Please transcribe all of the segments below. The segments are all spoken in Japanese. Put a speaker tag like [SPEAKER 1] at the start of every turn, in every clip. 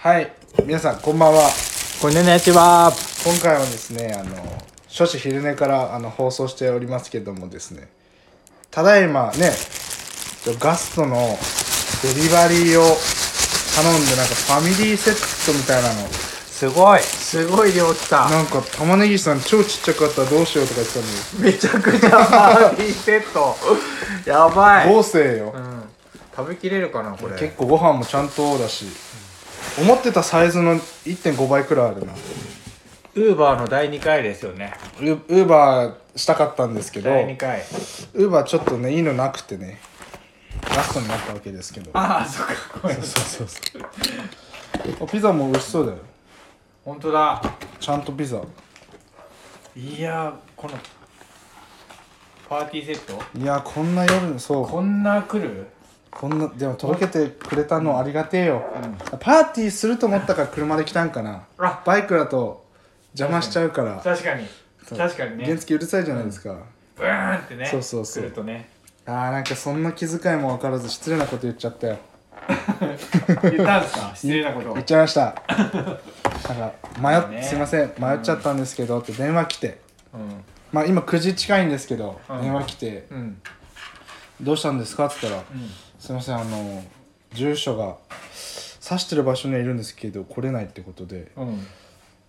[SPEAKER 1] はい皆さんこんばんは
[SPEAKER 2] こんにちは。
[SPEAKER 1] 今回はですねあの初子昼寝からあの放送しておりますけどもですねただいまねガストのデリバリーを頼んでなんかファミリーセットみたいなの
[SPEAKER 2] すごい。すごい量来た。
[SPEAKER 1] なんか玉ねぎさん超ちっちゃかったらどうしようとか言ってたのに
[SPEAKER 2] めちゃくちゃバーディーセット。 やばい。
[SPEAKER 1] 豪勢よ、
[SPEAKER 2] うん。食べきれるかなこれ。
[SPEAKER 1] 結構ご飯もちゃんとだし、思ってたサイズの1.5倍くらいあるな
[SPEAKER 2] ウーバーの第2回ですよね。
[SPEAKER 1] ウウーバーしたかったんですけど
[SPEAKER 2] 第2回。
[SPEAKER 1] ウーバーちょっとねいいのなくてねラストになったわけですけど
[SPEAKER 2] ああ、そっか。ごめんなさい
[SPEAKER 1] そうそうそうピザも美味しそうだよ
[SPEAKER 2] 本当だ。
[SPEAKER 1] ちゃんとピザ
[SPEAKER 2] いやー、この。パーティーセット。
[SPEAKER 1] いやこんな夜にそう
[SPEAKER 2] こんな来る。
[SPEAKER 1] こんなでも届けてくれたのありがてえよ、パーティーすると思ったから車で来たんかな
[SPEAKER 2] あ
[SPEAKER 1] バイクだと邪魔しちゃうから
[SPEAKER 2] 確かに。
[SPEAKER 1] そう
[SPEAKER 2] 確かに
[SPEAKER 1] 原
[SPEAKER 2] ね。
[SPEAKER 1] 付うるさいじゃないですか、
[SPEAKER 2] ブーンってね。
[SPEAKER 1] そうそうそう
[SPEAKER 2] 来るとね。
[SPEAKER 1] あーなんかそんな気遣いも分からず失礼なこと言っちゃったよ
[SPEAKER 2] 言ったんですか。失礼なこと
[SPEAKER 1] 言っ。ちゃいましたなんか迷っ、
[SPEAKER 2] ね
[SPEAKER 1] すいません迷っちゃったんですけどって電話来て
[SPEAKER 2] うん。
[SPEAKER 1] まあ今9時近いんですけど、
[SPEAKER 2] うん
[SPEAKER 1] 電話来て
[SPEAKER 2] うん。
[SPEAKER 1] 「どうしたんですか?」って言ったら「
[SPEAKER 2] うん。
[SPEAKER 1] すいませんあの住所が指してる場所にはいるんですけど来れないってことで
[SPEAKER 2] うん。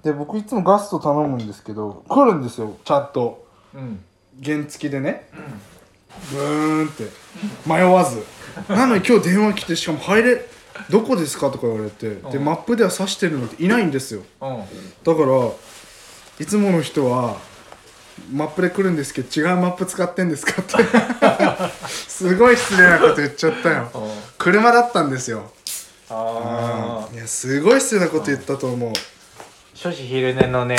[SPEAKER 1] で僕いつもガスト頼むんですけど来るんですよちゃんと
[SPEAKER 2] うん。
[SPEAKER 1] 原付でね、ブーンって迷わず なのに今日電話来てしかも入れどこですかとか言われて、で
[SPEAKER 2] うん
[SPEAKER 1] マップでは指してるのっていないんですよ
[SPEAKER 2] うん。
[SPEAKER 1] だからいつもの人はマップで来るんですけど違うマップ使ってんですかって すごい失礼なこと言っちゃったよ
[SPEAKER 2] うん
[SPEAKER 1] 車だったんですよ
[SPEAKER 2] ああ
[SPEAKER 1] いやすごい失礼なこと言ったと思う
[SPEAKER 2] 初子昼寝のね、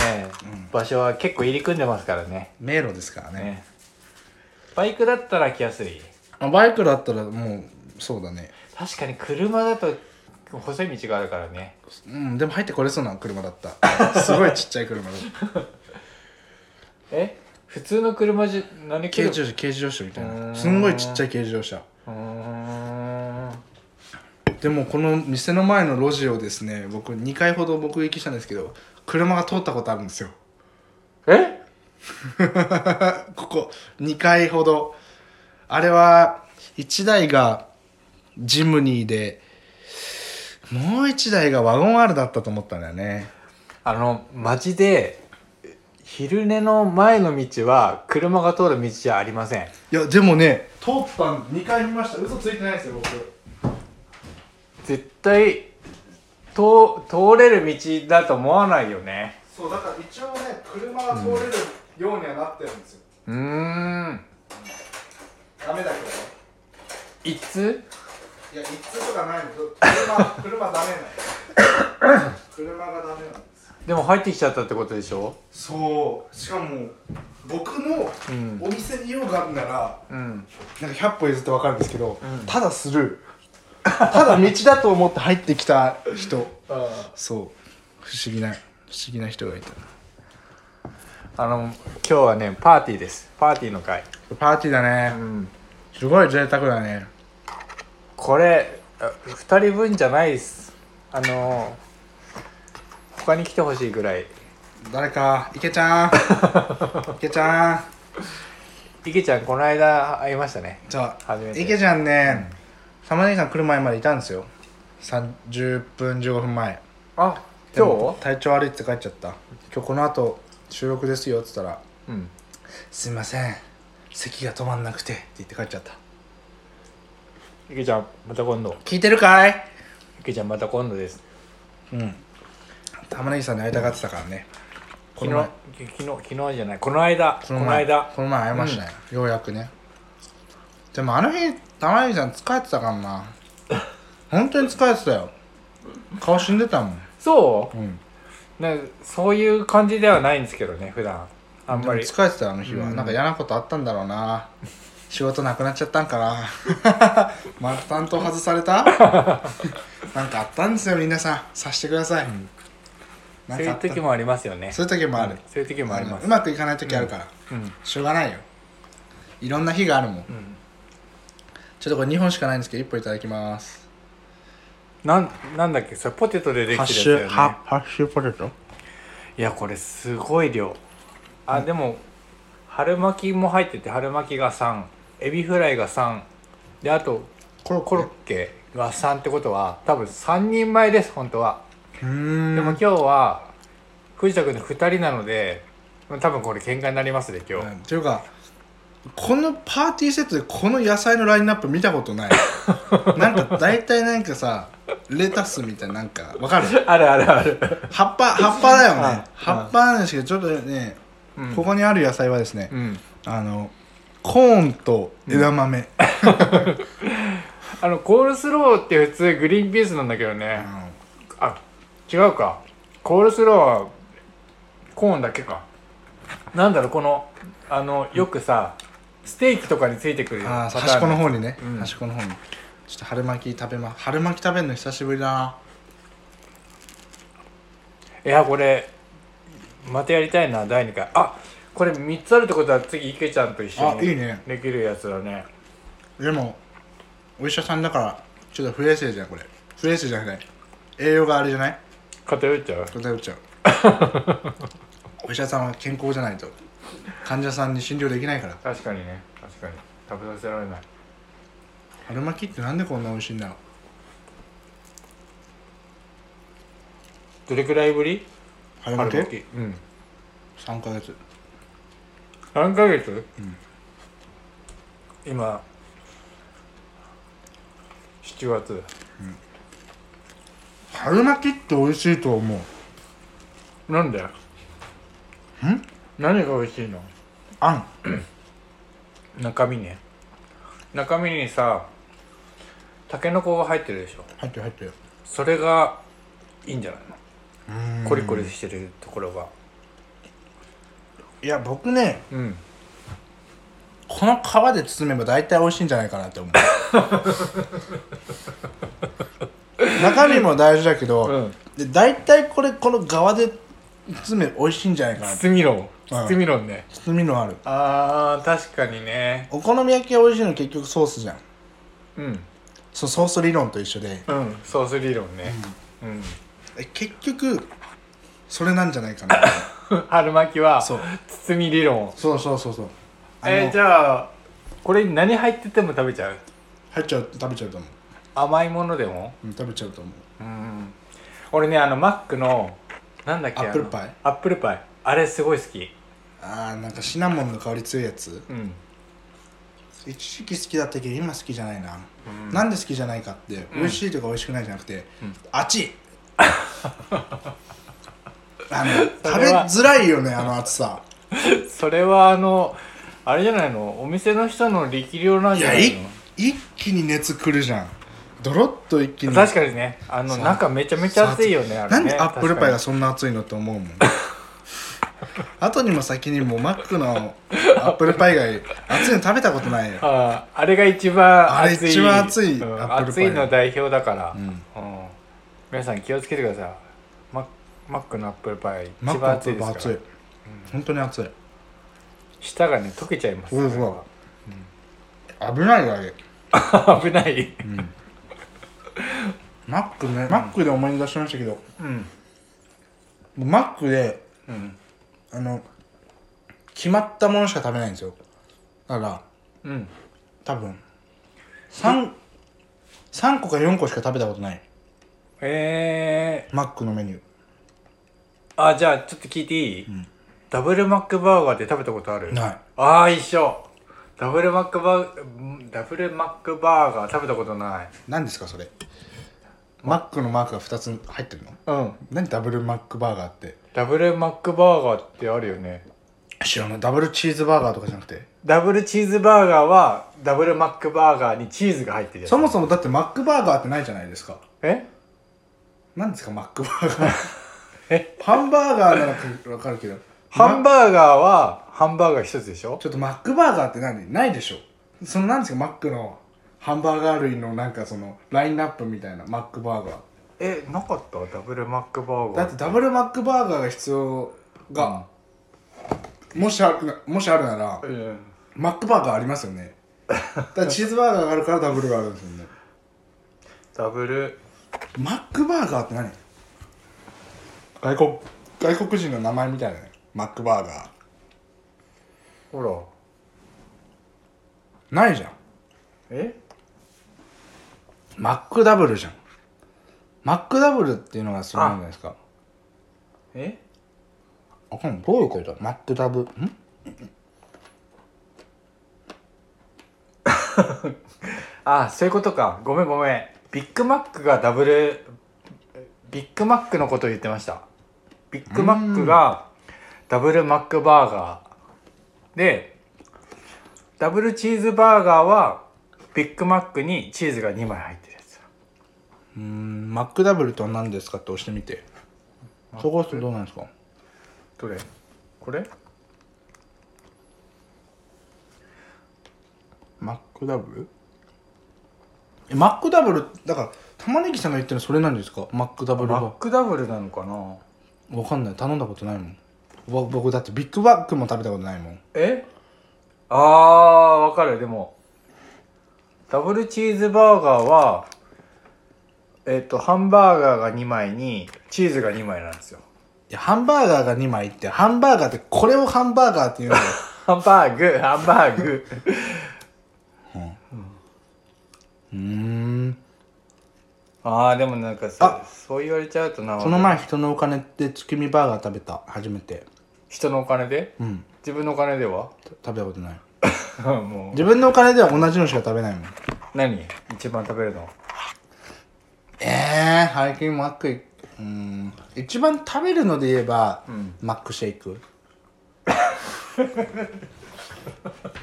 [SPEAKER 2] 場所は結構入り組んでますからね
[SPEAKER 1] 迷路ですからね
[SPEAKER 2] ねバイクだったら来やすい
[SPEAKER 1] あバイクだったらもうそうだね
[SPEAKER 2] 確かに車だと細い道があるからね
[SPEAKER 1] うんでも入ってこれそうな車だったすごいちっちゃい車だった
[SPEAKER 2] え普通の車じゃ何キ
[SPEAKER 1] 軽
[SPEAKER 2] ロ
[SPEAKER 1] 自動車軽自動車みたいう
[SPEAKER 2] ー
[SPEAKER 1] なんすんごいちっちゃい軽自動車
[SPEAKER 2] うーん
[SPEAKER 1] でもこの店の前の路地をですね僕2回ほど目撃したんですけど車が通ったことあるんですよ
[SPEAKER 2] え
[SPEAKER 1] ここ2回ほどあれは1台がジムニーでもう1台がワゴン R だったと思ったんだよね
[SPEAKER 2] あのマジで昼寝の前の道は車が通る道じゃありませ
[SPEAKER 1] い
[SPEAKER 2] ん
[SPEAKER 1] やでもね通ったん2回見ました嘘ついてないですよ僕
[SPEAKER 2] 絶対通通れる道だと思わないよね
[SPEAKER 1] そうだから一応ね車が通れるようにはなってるんですよ、
[SPEAKER 2] うーん
[SPEAKER 1] ダメだけどね
[SPEAKER 2] いつ
[SPEAKER 1] いや一通とかないの 車車ダメなの 車がダメなんですよ
[SPEAKER 2] でも入ってきちゃったってことでしょ
[SPEAKER 1] そうしかも僕の
[SPEAKER 2] うん
[SPEAKER 1] お店に用があるなら、
[SPEAKER 2] うん
[SPEAKER 1] なんか100歩譲って分かるんですけど、
[SPEAKER 2] うん
[SPEAKER 1] ただスルーただ道だと思って入ってきた人そう不思議な不思議な人がいた
[SPEAKER 2] あの今日はねパーティーですパーティーの会
[SPEAKER 1] パーティーだね、
[SPEAKER 2] うん
[SPEAKER 1] すごい贅沢だね
[SPEAKER 2] これあ二人分じゃないですあの他に来てほしいぐらい
[SPEAKER 1] 誰かいけち ゃんいけちゃん
[SPEAKER 2] 池ちゃんこの間会いましたね
[SPEAKER 1] そう
[SPEAKER 2] 初めて
[SPEAKER 1] いけちゃんね玉ねぎさん来る前までいたんですよ30分15分前
[SPEAKER 2] あ
[SPEAKER 1] で
[SPEAKER 2] 今
[SPEAKER 1] も体調悪いって帰っちゃった今日この後収録ですよっつったら
[SPEAKER 2] 日うん
[SPEAKER 1] 「すいません咳が止まんなくて」って言って帰っちゃった
[SPEAKER 2] 池ちゃんまた今度
[SPEAKER 1] 聞いてるかい
[SPEAKER 2] 池ちゃんまた今度です
[SPEAKER 1] うん玉ねぎさんに会いたがってたからねこ
[SPEAKER 2] 昨
[SPEAKER 1] の
[SPEAKER 2] 日
[SPEAKER 1] 前
[SPEAKER 2] 昨日昨日じゃないこの間この間
[SPEAKER 1] この前会いましたね、ようやくねでもあの日玉ねぎさん疲れてたからな本当に疲れてたよ顔死んでたもん
[SPEAKER 2] そ
[SPEAKER 1] うん
[SPEAKER 2] うなんかそういう感じではないんですけどね普段あんまり
[SPEAKER 1] でも疲れてたよあの日は、
[SPEAKER 2] うん
[SPEAKER 1] なんか嫌なことあったんだろうな仕事なくなっちゃったんかな また担当外されたなんかあったんですよ皆さん察してください、な
[SPEAKER 2] そ
[SPEAKER 1] んか
[SPEAKER 2] うい
[SPEAKER 1] あ
[SPEAKER 2] う
[SPEAKER 1] った
[SPEAKER 2] 時もありますよね。
[SPEAKER 1] そういう時もある、
[SPEAKER 2] そういう時もありま
[SPEAKER 1] の
[SPEAKER 2] す。
[SPEAKER 1] うまくいかない時あるから、
[SPEAKER 2] うん。
[SPEAKER 1] しょうがないよいろんな日があるもん、
[SPEAKER 2] うん。
[SPEAKER 1] ちょっとこれ2本しかないんですけど1本いただきます
[SPEAKER 2] なんなんだっけそれポテトでで
[SPEAKER 1] ハッ
[SPEAKER 2] きて
[SPEAKER 1] シ
[SPEAKER 2] るやつだ
[SPEAKER 1] ュ
[SPEAKER 2] よね
[SPEAKER 1] ハハッシュポテト
[SPEAKER 2] いやこれすごい量あ、でも春巻きも入ってて春巻きが3エビフライが3であと
[SPEAKER 1] コロ
[SPEAKER 2] コロッケが3ってことは多分3人前です本当は、
[SPEAKER 1] うーん
[SPEAKER 2] でも今日は藤田君と2人なので多分これ喧嘩になりますね今日、
[SPEAKER 1] うんっていうかこのパーティーセットでこの野菜のラインナップ見たこと ないなんか大体なんかさレタスみたいななんかわかる
[SPEAKER 2] あるあるある
[SPEAKER 1] 葉っぱ葉っぱだよね
[SPEAKER 2] うん
[SPEAKER 1] 葉っぱなんですけどちょっとね、
[SPEAKER 2] うん
[SPEAKER 1] ここにある野菜はですね、
[SPEAKER 2] うん
[SPEAKER 1] あのコーンと枝豆、
[SPEAKER 2] あのコールスローって普通グリーンピースなんだけどね、あ違うかコールスローはコーンだけかなんだろうこのあのよくさステーキとかについてくる
[SPEAKER 1] うんあー
[SPEAKER 2] パターン
[SPEAKER 1] 端っこの方にね、
[SPEAKER 2] うん
[SPEAKER 1] 端っこの方にちょっと春巻き食べま春巻き食べるの久しぶりだない
[SPEAKER 2] やこれまたやりたいな第2回あこれ3つあるってことは次池ちゃんと一緒
[SPEAKER 1] あいい
[SPEAKER 2] に
[SPEAKER 1] ね
[SPEAKER 2] できるやつだね
[SPEAKER 1] でもお医者さんだからちょっと不衛生じゃんこれ不衛生じゃない栄養があれじゃない
[SPEAKER 2] 偏っちゃう
[SPEAKER 1] 偏っちゃう お医者さんは健康じゃないと患者さんに診療できないから
[SPEAKER 2] 確かにね確かに食べさせられない
[SPEAKER 1] 春巻きってなんでこんな美味しいんだろう
[SPEAKER 2] どれくらいぶり
[SPEAKER 1] 春巻き
[SPEAKER 2] 春巻きうん
[SPEAKER 1] 3ヶ月
[SPEAKER 2] 何ヶ月、今7月
[SPEAKER 1] 春巻きって美味しいと思う
[SPEAKER 2] なんでん何が美味しいの
[SPEAKER 1] あん
[SPEAKER 2] 中身ね中身にさたけのこが入ってるでしょ
[SPEAKER 1] 入ってる入ってる
[SPEAKER 2] それがいいんじゃないう
[SPEAKER 1] ーん
[SPEAKER 2] のコリコリしてるところが
[SPEAKER 1] いや僕ね
[SPEAKER 2] うん
[SPEAKER 1] この皮で包めば大体美味しいんじゃないかな って思う中身も大事だけど、
[SPEAKER 2] うん
[SPEAKER 1] で大体これこの側で包め美味しいんじゃないかなって
[SPEAKER 2] 包み論
[SPEAKER 1] うん
[SPEAKER 2] 包み論ね
[SPEAKER 1] 包みのある
[SPEAKER 2] あー確かにね
[SPEAKER 1] お好み焼きが美味しいの結局ソースじゃん
[SPEAKER 2] うん
[SPEAKER 1] そうソース理論と一緒で
[SPEAKER 2] うんソース理論ねうん、
[SPEAKER 1] え結局それなんじゃないかな
[SPEAKER 2] 春巻きは
[SPEAKER 1] そう
[SPEAKER 2] 包み理論
[SPEAKER 1] そうそうそうそうあの
[SPEAKER 2] えー、じゃあこれに何入ってても食べちゃう
[SPEAKER 1] 入っちゃう食べちゃうと思う
[SPEAKER 2] 甘いものでも
[SPEAKER 1] うん食べちゃうと思う
[SPEAKER 2] うん俺ねあのマックのなんだっけ
[SPEAKER 1] アップルパイ
[SPEAKER 2] あのアップルパイあれすごい好き
[SPEAKER 1] あーなんかシナモンの香り強いやつ
[SPEAKER 2] うん
[SPEAKER 1] 一時期好きだったけど今好きじゃないな、なんで好きじゃないかって美味しいとか美味しくないじゃなくて、熱 いあの
[SPEAKER 2] そ
[SPEAKER 1] 食べ
[SPEAKER 2] れは
[SPEAKER 1] づらいよねあの熱さ
[SPEAKER 2] それはあのあれじゃないのお店の人の力量なん
[SPEAKER 1] い
[SPEAKER 2] じ
[SPEAKER 1] や
[SPEAKER 2] ゃない
[SPEAKER 1] い
[SPEAKER 2] の
[SPEAKER 1] 一気に熱くるじゃんドロッと一気に
[SPEAKER 2] 確かにねあの
[SPEAKER 1] そう
[SPEAKER 2] 中めちゃめちゃ熱いよねあれね
[SPEAKER 1] なんでアップルパイが
[SPEAKER 2] 確
[SPEAKER 1] そんな熱いのと思うもん後にも先にもマックのアップルパイ以外熱いの食べたことないよ
[SPEAKER 2] かにあーあれが一番
[SPEAKER 1] あれ
[SPEAKER 2] 熱い
[SPEAKER 1] 一番熱い
[SPEAKER 2] うん
[SPEAKER 1] アップルパ
[SPEAKER 2] 熱
[SPEAKER 1] イ
[SPEAKER 2] いの代表だから、
[SPEAKER 1] ん
[SPEAKER 2] うん皆さん気をつけてくださいママックのアップルパイ
[SPEAKER 1] マ
[SPEAKER 2] 一
[SPEAKER 1] ックの
[SPEAKER 2] 番
[SPEAKER 1] アップ
[SPEAKER 2] 熱い
[SPEAKER 1] ル
[SPEAKER 2] で
[SPEAKER 1] パイ熱
[SPEAKER 2] すか
[SPEAKER 1] い、
[SPEAKER 2] ら
[SPEAKER 1] 本当に熱い
[SPEAKER 2] 舌がね溶けちゃいます
[SPEAKER 1] そうそう危ないよあれ
[SPEAKER 2] 危ない
[SPEAKER 1] マックねマックで思い出しましたけど
[SPEAKER 2] うん
[SPEAKER 1] マックで
[SPEAKER 2] うん
[SPEAKER 1] あの決まったものしか食べないんですよだから
[SPEAKER 2] うん
[SPEAKER 1] 多分三三個か4個しか食べたことない
[SPEAKER 2] え
[SPEAKER 1] マックのメニュー
[SPEAKER 2] ー、あじゃあちょっと聞いていい、ダブルマックバーガーで食べたことある
[SPEAKER 1] ない
[SPEAKER 2] ああ一緒ダブルマックバーダブルマックバーガー食べたことない
[SPEAKER 1] 何ですかそれマックのマークが2つ入ってるの
[SPEAKER 2] うん
[SPEAKER 1] 何ダブルマックバーガーって
[SPEAKER 2] ダブルマックバーガーってあるよね
[SPEAKER 1] 知らないダブルチーズバーガーとかじゃなくて
[SPEAKER 2] ダブルチーズバーガーはダブルマックバーガーにチーズが入ってるやつ
[SPEAKER 1] そもそもだってマックバーガーってないじゃないですか
[SPEAKER 2] え
[SPEAKER 1] 何ですかマックバー ガー
[SPEAKER 2] え
[SPEAKER 1] ハンバーガーなら分かるけど
[SPEAKER 2] ハンバーガーはハンバーガー一つでしょ
[SPEAKER 1] ちょっとマックバーガーって何ないでしょその何ですかマックのハンバーガー類のなんかそのラインナップみたいなマックバーガー
[SPEAKER 2] えなかったダブルマックバーガ
[SPEAKER 1] だっ
[SPEAKER 2] ー
[SPEAKER 1] てダブルマックバーガーが必要が、もしあるなもしあるなら、
[SPEAKER 2] うん
[SPEAKER 1] マックバーガーありますよねだからチーズバーガーがあるからダブルがあるんですよね
[SPEAKER 2] ダブル
[SPEAKER 1] マックバーガーって何外国外国人の名前みたいだねマックバーガー
[SPEAKER 2] ほら
[SPEAKER 1] ないじゃん
[SPEAKER 2] え
[SPEAKER 1] マックダブルじゃんマックダブルっていうのがすごいんじゃないですか
[SPEAKER 2] え
[SPEAKER 1] あかんどういうことマックダブん
[SPEAKER 2] あそういうことかごめんごめんビッグマックがダブルビッグマックのことを言ってましたビッグマックがダブルマックバーガーでダブルチーズバーガーはビッグマックにチーズが2枚入ってるやつ
[SPEAKER 1] うーんマックダブルとは何ですかって押してみてそこ押すとどうなんですか
[SPEAKER 2] どれこれ
[SPEAKER 1] マックダブルえマックダブルだから玉ねぎさんが言ってるのそれなんですかマックダブル
[SPEAKER 2] マ
[SPEAKER 1] が
[SPEAKER 2] ックダブルなのかな
[SPEAKER 1] わかんない頼んだことないもんぼ僕だってビッグバッグも食べたことないもん
[SPEAKER 2] えあーわかるでもダブルチーズバーガーはえっとハンバーガーが2枚にチーズが2枚なんですよ
[SPEAKER 1] いやハンバーガーが2枚ってハンバーガーってこれをハンバーガーって言うのよ
[SPEAKER 2] ハンバーグハンバー グ
[SPEAKER 1] うーん
[SPEAKER 2] あーでもなんかさそう言われちゃうとな
[SPEAKER 1] この前人のお金で月見バーガー食べた初めて
[SPEAKER 2] 人のお金で
[SPEAKER 1] うん
[SPEAKER 2] 自分のお金では
[SPEAKER 1] た食べたことない
[SPEAKER 2] もう
[SPEAKER 1] 自分のお金では同じのしか食べないもん
[SPEAKER 2] 何一番食べるの
[SPEAKER 1] ええー、最近マックいうーん一番食べるので言えば、マックシェイク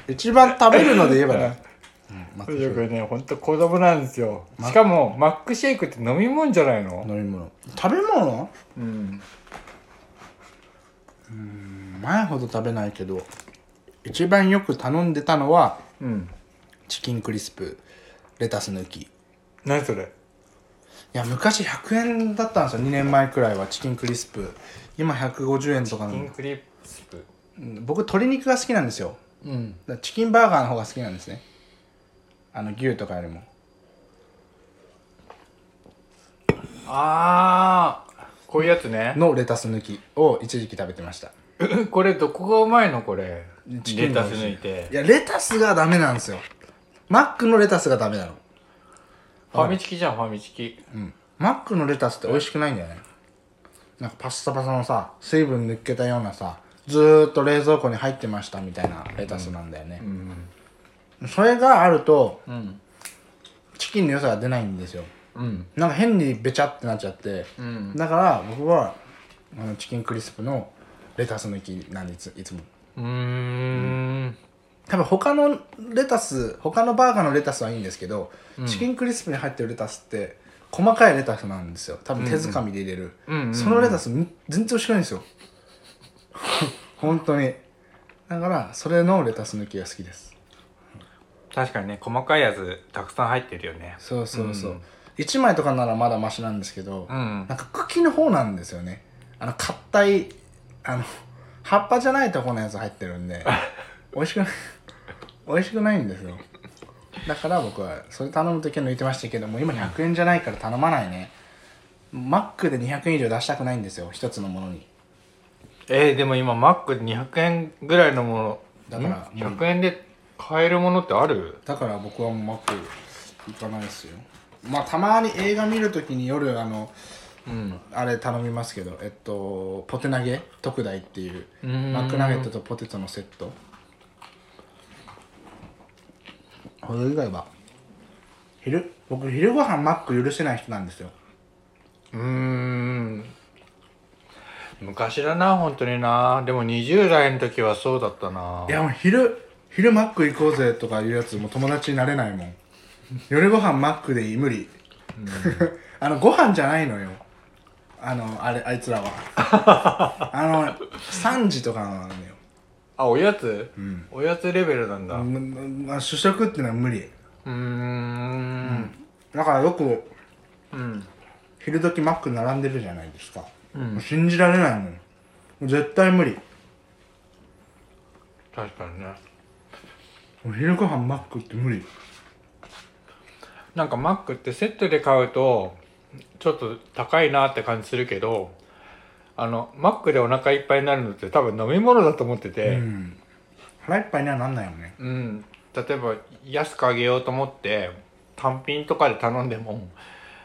[SPEAKER 1] 一番食べるので言えばね、うん、マックシェ
[SPEAKER 2] よ
[SPEAKER 1] イク
[SPEAKER 2] くねほんと子供なんですよしかもマックシェイクって飲み物じゃないの
[SPEAKER 1] 飲み物食べ物
[SPEAKER 2] うん
[SPEAKER 1] 前ほど食べないけど一番よく頼んでたのは
[SPEAKER 2] うん
[SPEAKER 1] チキンクリスプレタス抜きい
[SPEAKER 2] 何それ
[SPEAKER 1] や昔100円だったんですよ2年前くらいはチキンクリスプ今150円とかな
[SPEAKER 2] ピン
[SPEAKER 1] の
[SPEAKER 2] クリップ
[SPEAKER 1] うん僕鶏肉が好きなんですよ
[SPEAKER 2] うん
[SPEAKER 1] だからチキンバーガーの方が好きなんですねあの牛とかよりも
[SPEAKER 2] ああこういうやつね
[SPEAKER 1] のレタス抜きを一時期食べてました
[SPEAKER 2] これどこがうまいのこれ
[SPEAKER 1] チキ
[SPEAKER 2] レ
[SPEAKER 1] ンが
[SPEAKER 2] タ
[SPEAKER 1] 美
[SPEAKER 2] ス
[SPEAKER 1] 味しい
[SPEAKER 2] 抜いて
[SPEAKER 1] いやレタスがダメなんですよマックのレタスがダメなの
[SPEAKER 2] ファミチキじゃんファミチキ
[SPEAKER 1] うんマックのレタスって美味しくないんだよねなんかパッサパサのさ水分抜けたようなさずーっと冷蔵庫に入ってましたみたいなレタスなんだよね、
[SPEAKER 2] うん
[SPEAKER 1] それがあると
[SPEAKER 2] うん
[SPEAKER 1] チキンの良さが出ないんですよ
[SPEAKER 2] うん
[SPEAKER 1] なんか変にべちゃってなっちゃって、
[SPEAKER 2] うん
[SPEAKER 1] だから僕はあのチキンクリスプのレタス抜きなんですいつも
[SPEAKER 2] うーん
[SPEAKER 1] 多分他のレタス他のバーガーのレタスはいいんですけど、チキンクリスプに入ってるレタスって細かいレタスなんですよ多分手づかみで入れる、
[SPEAKER 2] うんうんうん
[SPEAKER 1] そのレタスみ全然美味しくないんです よ本当にだからそれのレタス抜きが好きです
[SPEAKER 2] 確かにね細かいやつたくさん入ってるよね
[SPEAKER 1] そうそうそう、
[SPEAKER 2] うん
[SPEAKER 1] 1枚とかならまだマシなんですけど、
[SPEAKER 2] うん
[SPEAKER 1] なんか茎の方なんですよねあの硬いあの葉っぱじゃないとこのやつ入ってるんで美味しくない美味しくないんですよだから僕はそれ頼む時は抜いてましたけどもう今100円じゃないから頼まないねマックで200円以上出したくないんですよ一つのものに
[SPEAKER 2] えー、でも今マックで200円ぐらいのもの
[SPEAKER 1] だから
[SPEAKER 2] ん100円で買えるものってある
[SPEAKER 1] だから僕はもうマック行かないですよまあたまに映画見る時に夜あの
[SPEAKER 2] うん
[SPEAKER 1] あれ頼みますけどえっとポテ投げ特大っていう
[SPEAKER 2] うーん
[SPEAKER 1] マックナゲットとポテトのセットこれ以外は昼僕昼ご飯マック許せない人なんですよ
[SPEAKER 2] うーん昔だな本当になでも20代の時はそうだったない
[SPEAKER 1] やもう昼昼マック行こうぜとかいうやつもう友達になれないもん夜ご飯マックでいい無理、 あのご飯じゃないのよあのあれあいつらは あの3時とかなのよ
[SPEAKER 2] あおやつ、おやつレベルなんだう
[SPEAKER 1] むむあ主食ってのは無理
[SPEAKER 2] ーん
[SPEAKER 1] だからよく
[SPEAKER 2] うん
[SPEAKER 1] 昼時マック並んでるじゃないですか、
[SPEAKER 2] うん
[SPEAKER 1] 信じられないもんもう絶対無理
[SPEAKER 2] 確かにね
[SPEAKER 1] もう昼ご飯マックって無理
[SPEAKER 2] なんかマックってセットで買うとちょっと高いなって感じするけどあのマックでお腹いっぱいになるのって多分飲み物だと思って
[SPEAKER 1] う
[SPEAKER 2] て、
[SPEAKER 1] ん腹いっぱいにはなんないよね
[SPEAKER 2] うん例えば安くあげようと思って単品とかで頼んでも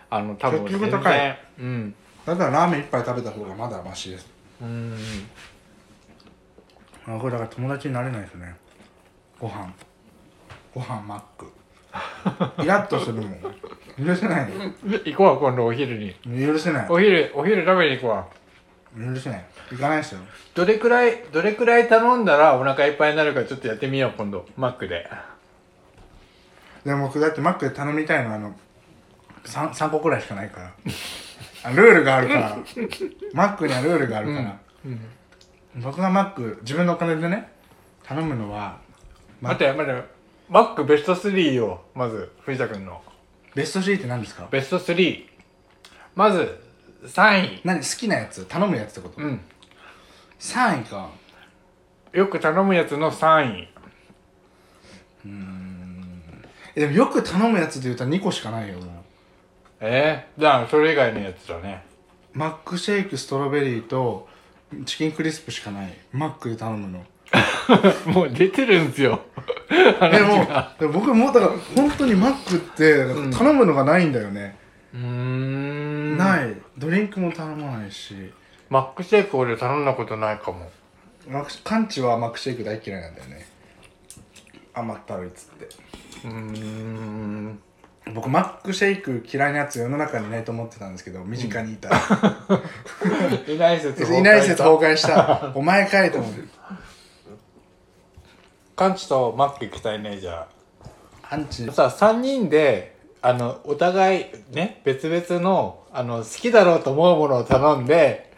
[SPEAKER 2] あの多分
[SPEAKER 1] 結局高い
[SPEAKER 2] うん
[SPEAKER 1] だからラーメン一杯食べた方がまだマシです
[SPEAKER 2] うん
[SPEAKER 1] あこれだから友達になれないですねご飯ご飯マッ クイラッとするもん許せない
[SPEAKER 2] 行こうわ今度お昼に
[SPEAKER 1] 許せない
[SPEAKER 2] お昼お昼食べに行こうわ
[SPEAKER 1] 許せない行かないですよ
[SPEAKER 2] どれくらいどれくらい頼んだらお腹いっぱいになるかちょっとやってみよう今度マックで
[SPEAKER 1] でも僕だってマックで頼みたいのはあの 3, 3個くらいしかない からあルールがあるからマックにはルールがあるから、僕がマック自分のお金でね頼むのは
[SPEAKER 2] 待って待ってマックベスト3をまず藤田君の
[SPEAKER 1] ベスト3って何ですか
[SPEAKER 2] ベスト3まず3位
[SPEAKER 1] 何好きなやつ頼むやつってこと、
[SPEAKER 2] うん
[SPEAKER 1] 3位か
[SPEAKER 2] よく頼むやつの3位
[SPEAKER 1] えでもよく頼むやつで言うと2個しかないよ
[SPEAKER 2] えー、じゃあそれ以外のやつだね
[SPEAKER 1] マックシェイクストロベリーとチキンクリスプしかないマックで頼むの
[SPEAKER 2] もう出てるんですよ話
[SPEAKER 1] でも
[SPEAKER 2] が
[SPEAKER 1] でも僕もうだから本当にマックってなんか頼むのがないんだよね、
[SPEAKER 2] うーん
[SPEAKER 1] ないドリンクも頼まないし
[SPEAKER 2] マックシェイク俺頼んだことないかも
[SPEAKER 1] マックカンチはマックシェイク大嫌いなんだよね甘ったるいっつって
[SPEAKER 2] うーん
[SPEAKER 1] 僕マックシェイク嫌いなやつ世の中にいないと思ってたんですけど身近にい た、
[SPEAKER 2] いない説崩壊
[SPEAKER 1] いない説崩壊したお前かいと思って
[SPEAKER 2] カンチとマック行きたいねじゃあ
[SPEAKER 1] カンチ
[SPEAKER 2] さ3人であのお互いね別々のあの好きだろうと思うものを頼んで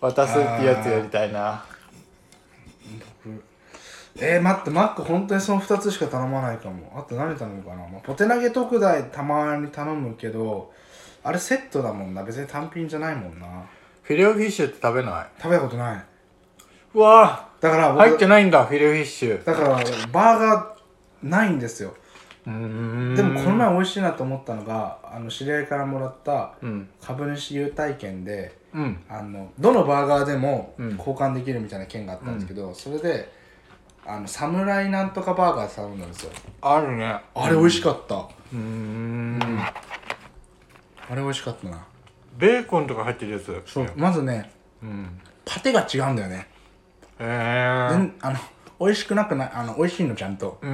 [SPEAKER 2] 渡すっていうやつやりたいな
[SPEAKER 1] えー、待ってマック本当にその2つしか頼まないかもあと何頼むかな、まあポテ投げ特大たまに頼むけどあれセットだもんな別に単品じゃないもんな
[SPEAKER 2] フィレオフィッシュって食べない
[SPEAKER 1] 食べたことないう
[SPEAKER 2] わ
[SPEAKER 1] だから
[SPEAKER 2] ー
[SPEAKER 1] 僕
[SPEAKER 2] 入ってないんだフィレオフィッシュ
[SPEAKER 1] だからバーガーないんですよ
[SPEAKER 2] うーん
[SPEAKER 1] でもこの前美味しいなと思ったのがあの知り合いからもらった
[SPEAKER 2] うん
[SPEAKER 1] 株主優待券で
[SPEAKER 2] うん
[SPEAKER 1] あのどのバーガーでも
[SPEAKER 2] うん
[SPEAKER 1] 交換できるみたいな券があったんですけど、それであの侍なんとかバーガー頼んだんですよ
[SPEAKER 2] あるね
[SPEAKER 1] あれ美味しかった、
[SPEAKER 2] うーん
[SPEAKER 1] あれ美味しかったな
[SPEAKER 2] ベーコンとか入ってるやつ
[SPEAKER 1] そうまずね
[SPEAKER 2] うん
[SPEAKER 1] パテが違うんだよね、
[SPEAKER 2] へえー、
[SPEAKER 1] 全あの美味しくなくないあの美味しいのちゃんと、
[SPEAKER 2] うん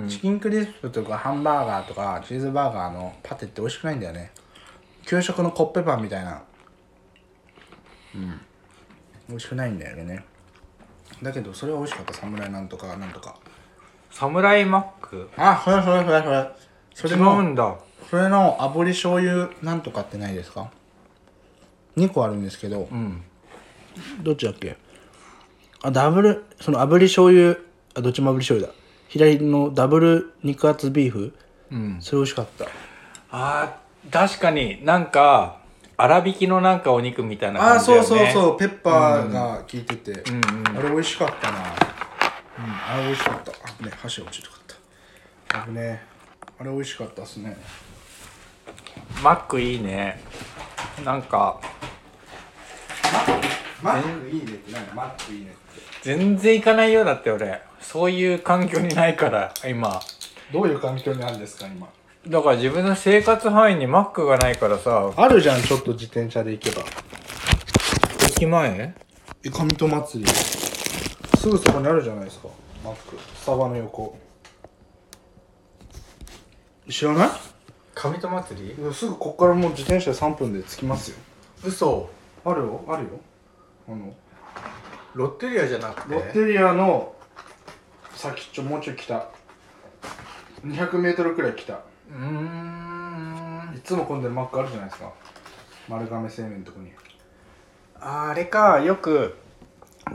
[SPEAKER 2] うん
[SPEAKER 1] チキンクリスプとかハンバーガーとかチーズバーガーのパテって美味しくないんだよね給食のコッペパンみたいなうん美味しくないんだよねだけどそれは美味しかった侍なんとかなんとか
[SPEAKER 2] サムライマック
[SPEAKER 1] あそれそれそれそれそ
[SPEAKER 2] 違
[SPEAKER 1] れ
[SPEAKER 2] う
[SPEAKER 1] の
[SPEAKER 2] んだ
[SPEAKER 1] それの炙り醤油なんとかってないですか2個あるんですけど、
[SPEAKER 2] うん
[SPEAKER 1] どっちだっけあダブルその炙り醤油あどっちも炙り醤油だ左のダブル肉厚ビーフ
[SPEAKER 2] うん
[SPEAKER 1] それ美味しかった
[SPEAKER 2] あー確かになんか粗挽きのなんかお肉みたいな
[SPEAKER 1] あ
[SPEAKER 2] 感
[SPEAKER 1] あ
[SPEAKER 2] じだよ
[SPEAKER 1] そう
[SPEAKER 2] ね
[SPEAKER 1] そう
[SPEAKER 2] う
[SPEAKER 1] そうペッパーが効いてて、
[SPEAKER 2] ん
[SPEAKER 1] あれ美味しかったな、うん、あれ美味しかったあね箸落ちてよかったあぶねあれ美味しかったっすね
[SPEAKER 2] マックいいねなんか
[SPEAKER 1] マックいいねって何マックいいねって
[SPEAKER 2] 全然行かないようだって俺そういう環境にないから今
[SPEAKER 1] どういう環境にあるんですか今
[SPEAKER 2] だから自分の生活範囲にマックがないからさ
[SPEAKER 1] あるじゃんちょっと自転車で行けば
[SPEAKER 2] 駅前
[SPEAKER 1] え上戸祭りすぐそこにあるじゃないですかマックスタバの横知らない
[SPEAKER 2] 上戸祭り
[SPEAKER 1] いやすぐこっからもう自転車で3分で着きますよ
[SPEAKER 2] 嘘
[SPEAKER 1] あるよあるよあの
[SPEAKER 2] ロッテリアじゃなく
[SPEAKER 1] ロッテリアの先っちょもうちょい北 200m くらい北
[SPEAKER 2] うーん
[SPEAKER 1] いつも混んでるマックあるじゃないですか丸亀製麺のとこに
[SPEAKER 2] あれかよく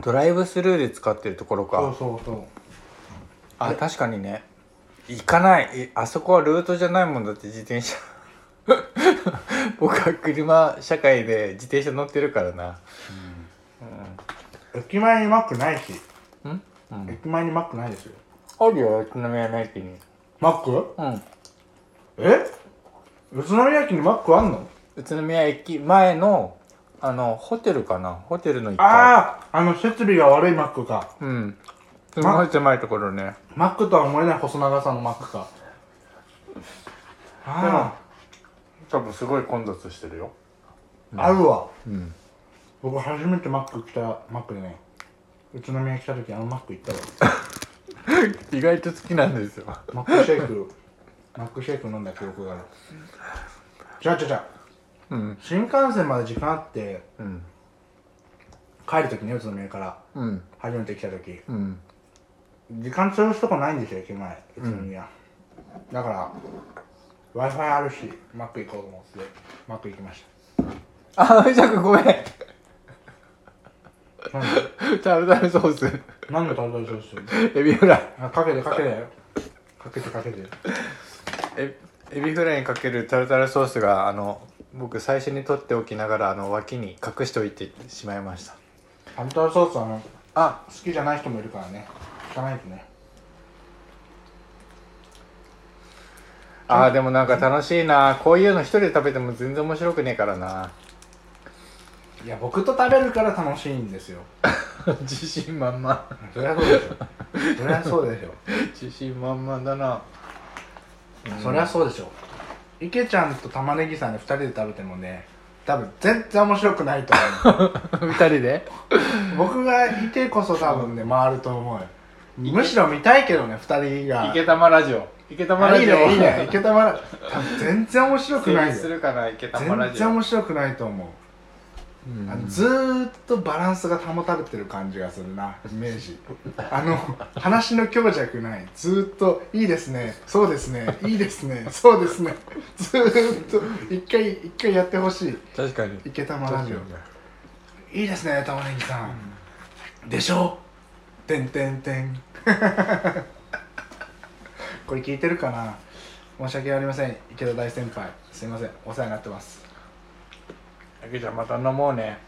[SPEAKER 2] ドライブスルーで使ってるところか
[SPEAKER 1] そうそうそう
[SPEAKER 2] あ確かにね行かないえあそこはルートじゃないもんだって自 転車僕は車社会で自転車乗ってるからな
[SPEAKER 1] 駅前にマックないし
[SPEAKER 2] うん、うん、
[SPEAKER 1] 駅前にマックないですよ
[SPEAKER 2] あるよ宇都宮の駅に
[SPEAKER 1] マック
[SPEAKER 2] うん
[SPEAKER 1] え宇都宮駅にマックあんの
[SPEAKER 2] 宇都宮駅前のあのホテルかなホテルの1階
[SPEAKER 1] あああの設備が悪いマックか
[SPEAKER 2] うんすごい狭いところね
[SPEAKER 1] マックとは思えない細長さのマックかあ
[SPEAKER 2] 多分すごい混雑してるよ
[SPEAKER 1] あ合うわ
[SPEAKER 2] うん
[SPEAKER 1] 僕初めてマック来たマックでね宇都宮来た時あのマック行ったわ
[SPEAKER 2] 意外と好きなんですよ
[SPEAKER 1] マックシェイ クマックシェイク飲んだ記憶があるじゃあじゃあじゃあ
[SPEAKER 2] うん
[SPEAKER 1] 新幹線まで時間あって
[SPEAKER 2] うん
[SPEAKER 1] 帰る時ね宇都宮から
[SPEAKER 2] うん
[SPEAKER 1] 初めて来た時
[SPEAKER 2] うん
[SPEAKER 1] 時間潰すとこないんですよ駅前宇都宮、だから w i f i あるしマック行こうと思ってマック行きまし
[SPEAKER 2] あうしゃくごめん
[SPEAKER 1] たなんで
[SPEAKER 2] タルタルソース
[SPEAKER 1] なんでタルタルソース
[SPEAKER 2] エビフライ
[SPEAKER 1] あかけてかけてよかけてかけて
[SPEAKER 2] えエビフライにかけるタルタルソースがあの僕最初に取っておきながらあの脇に隠しておいてしまいました
[SPEAKER 1] タルタルソースはね
[SPEAKER 2] あ
[SPEAKER 1] 好きじゃない人もいるからね聞かないとね
[SPEAKER 2] あーでもなんか楽しいなこういうの一人で食べても全然面白くねえからない
[SPEAKER 1] や僕と食べるから楽しいんですよ
[SPEAKER 2] 自信満々
[SPEAKER 1] そりゃそうでしょそりゃそうでしょ
[SPEAKER 2] 自信満々だな
[SPEAKER 1] そりゃそうでしょ池ちゃんと玉ねぎさんで2人で食べてもね多分全然面白くないと思
[SPEAKER 2] 二人 で
[SPEAKER 1] う僕がいてこそ多分ね回ると思うよむしろ見たいけどね2人が
[SPEAKER 2] 池玉ラジオ池玉
[SPEAKER 1] あ
[SPEAKER 2] ラ
[SPEAKER 1] いい
[SPEAKER 2] ジオ
[SPEAKER 1] ねいい ね池玉ら多分全然面白く
[SPEAKER 2] 成
[SPEAKER 1] ない
[SPEAKER 2] 立
[SPEAKER 1] よ
[SPEAKER 2] するかな池玉ラ
[SPEAKER 1] 全
[SPEAKER 2] ジ
[SPEAKER 1] 然
[SPEAKER 2] オ
[SPEAKER 1] 面白くないと思う
[SPEAKER 2] うん
[SPEAKER 1] あのずーっとバランスが保たれてる感じがするなイメージあの話の強弱ないずーっと「いいですねそうですねいいですねそうですね」ずーっと一回一回やってほしい
[SPEAKER 2] 確かに
[SPEAKER 1] 池玉ラジオいいですね玉ねぎさん、でしょてんてんてん これ聞いてるかな申し訳ありません池田大先輩すいませんお世話になってます
[SPEAKER 2] けちゃんまた飲もうね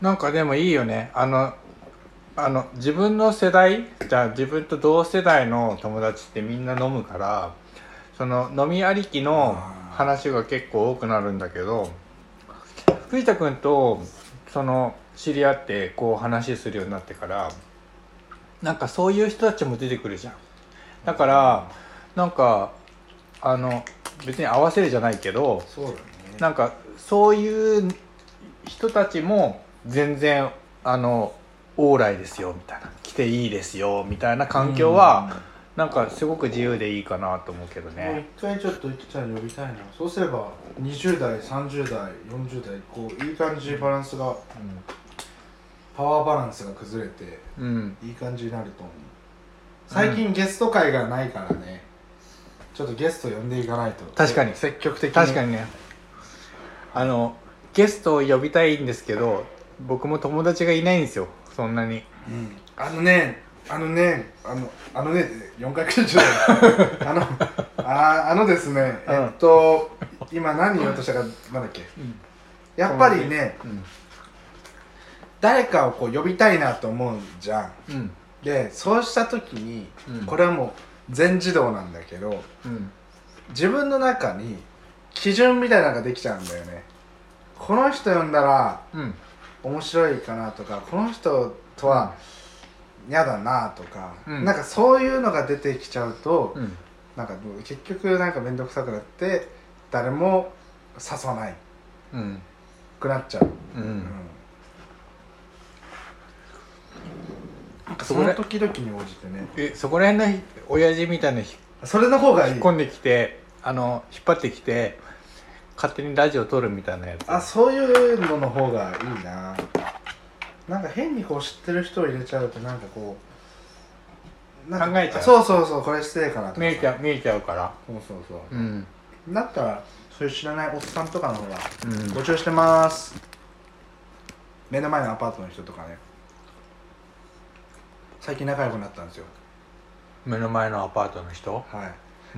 [SPEAKER 2] なんかでもいいよねあのあの自分の世代じゃあ自分と同世代の友達ってみんな飲むからその飲みありきの話が結構多くなるんだけど藤田君とその知り合ってこう話するようになってからなんかそういう人たちも出てくるじゃんだからなんかあの別に合わせるじゃないけど
[SPEAKER 1] そうだね
[SPEAKER 2] なんかそういう人たちも全然あの往来ですよみたいな来ていいですよみたいな環境は、なんかすごく自由でいいかなと思うけ
[SPEAKER 1] も
[SPEAKER 2] ど
[SPEAKER 1] う一
[SPEAKER 2] ね、
[SPEAKER 1] 回ちょっと池ちゃん呼びたいなそうすれば20代30代40代こういい感じにバランスがパワーバランスが崩れて
[SPEAKER 2] うんうん、
[SPEAKER 1] いい感じになると思う最近ゲスト会がないからね、ちょっとゲスト呼んでいかないと
[SPEAKER 2] 確かに
[SPEAKER 1] 積極的に
[SPEAKER 2] 確かにねあのゲストを呼びたいんですけど僕も友達がいないんですよそんなに
[SPEAKER 1] うんあのねあのねあのあのね4回口じゃ ないあのああのですね、
[SPEAKER 2] うん
[SPEAKER 1] えっと今何言おうとしたかなんだっけやっぱりね
[SPEAKER 2] うん
[SPEAKER 1] 誰かをこう呼びたいなと思うじゃん
[SPEAKER 2] うん
[SPEAKER 1] でそうした時に、
[SPEAKER 2] うん
[SPEAKER 1] これはもう全自動なんだけど
[SPEAKER 2] うん
[SPEAKER 1] 自分の中に基準みたいなのができちゃうんだよねこの人呼んだら
[SPEAKER 2] うん
[SPEAKER 1] 面白いかなとかこの人とは嫌だなとか、
[SPEAKER 2] うん
[SPEAKER 1] なんかそういうのが出てきちゃうと、
[SPEAKER 2] うん
[SPEAKER 1] なんかもう結局なんか面倒くさくなって誰も誘わない
[SPEAKER 2] うん
[SPEAKER 1] くなっちゃう、う
[SPEAKER 2] う
[SPEAKER 1] ん
[SPEAKER 2] ん
[SPEAKER 1] なんか
[SPEAKER 2] そ
[SPEAKER 1] そ
[SPEAKER 2] こ
[SPEAKER 1] の
[SPEAKER 2] で
[SPEAKER 1] 時々に応じてね
[SPEAKER 2] えそこら辺のひ親父みたいなひ
[SPEAKER 1] それの方がいい
[SPEAKER 2] 込んできてあの引っ張ってきて勝手にラジオ撮るみたいなやつ
[SPEAKER 1] あそういうのの方がいいななんか変にこう知ってる人を入れちゃうとなんかこうなか
[SPEAKER 2] 考えちゃう
[SPEAKER 1] そうそうそうこれ失礼かなとか
[SPEAKER 2] 見えちゃう見えちゃうから
[SPEAKER 1] そうそうそう
[SPEAKER 2] うん
[SPEAKER 1] だったらそういう知らないおっさんとかの方が
[SPEAKER 2] うん
[SPEAKER 1] ご注意してます目の前のアパートの人とかね最近仲良くなったんですよ
[SPEAKER 2] 目の前のアパートの人
[SPEAKER 1] はい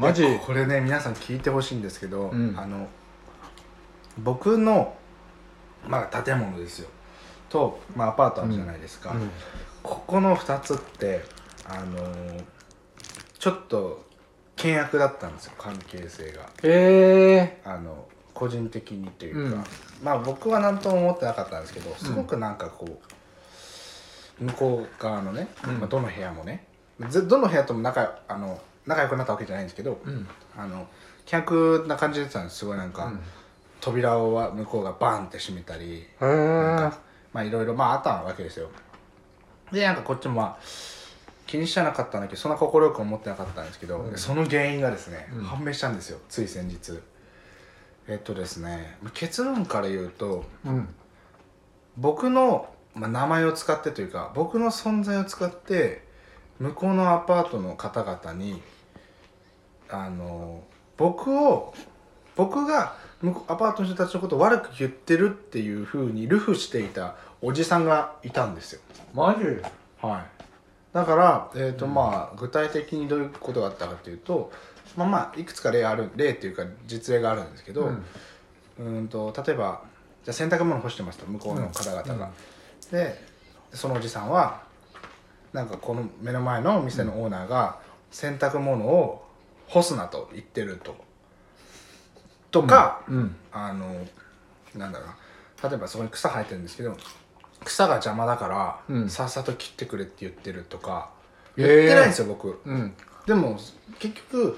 [SPEAKER 2] マジ
[SPEAKER 1] いやこれね皆さん聞いてほしいんですけど、
[SPEAKER 2] うん
[SPEAKER 1] あの僕の、まあ、建物ですよと、まあ、アパートあるじゃないですか、
[SPEAKER 2] うん
[SPEAKER 1] ここの2つってあのーちょっと険悪だったんですよ関係性が
[SPEAKER 2] え
[SPEAKER 1] あの個人的にというか、
[SPEAKER 2] うん
[SPEAKER 1] まあ僕は何とも思ってなかったんですけどすごくなんかこう向こう側のね、
[SPEAKER 2] うん
[SPEAKER 1] まあ、どの部屋もねずどの部屋とも仲あの仲良くなったわけじゃないんですけど、
[SPEAKER 2] うん
[SPEAKER 1] あの気迫な感じでたんですすごいなんか、
[SPEAKER 2] うん
[SPEAKER 1] 扉をは向こうがバンって閉めたり
[SPEAKER 2] へえ
[SPEAKER 1] まあいろいろまああったわけですよでなんかこっちもまあ気にしてなかったんだけどそんな快く思ってなかったんですけど、その原因がですね、
[SPEAKER 2] うん
[SPEAKER 1] 判明したんですよつい先日えっとですね結論から言うと
[SPEAKER 2] うん
[SPEAKER 1] 僕の、まあ、名前を使ってというか僕の存在を使って向こうのアパートの方々にあの僕を僕が向こうアパートの人たちのことを悪く言ってるっていうふうにルフしていたおじさんがいたんですよ
[SPEAKER 2] マジ
[SPEAKER 1] はいだから、えーとまあ、具体的にどういうことがあったかというと、まあ、まあいくつか例ある例っていうか実例があるんですけど、
[SPEAKER 2] うん
[SPEAKER 1] うーんと例えばじゃあ洗濯物干してますと向こうの方々が、
[SPEAKER 2] うんうん
[SPEAKER 1] でそのおじさんはなんかこの目の前のお店のオーナーが洗濯物を干すなと言ってるととか、
[SPEAKER 2] うん
[SPEAKER 1] あのなんだろうな例えばそこに草生えてるんですけど草が邪魔だから、
[SPEAKER 2] うん
[SPEAKER 1] さっさと切ってくれって言ってるとか
[SPEAKER 2] へ
[SPEAKER 1] 言っ
[SPEAKER 2] ー
[SPEAKER 1] てないんですよ、僕
[SPEAKER 2] うん
[SPEAKER 1] でも結局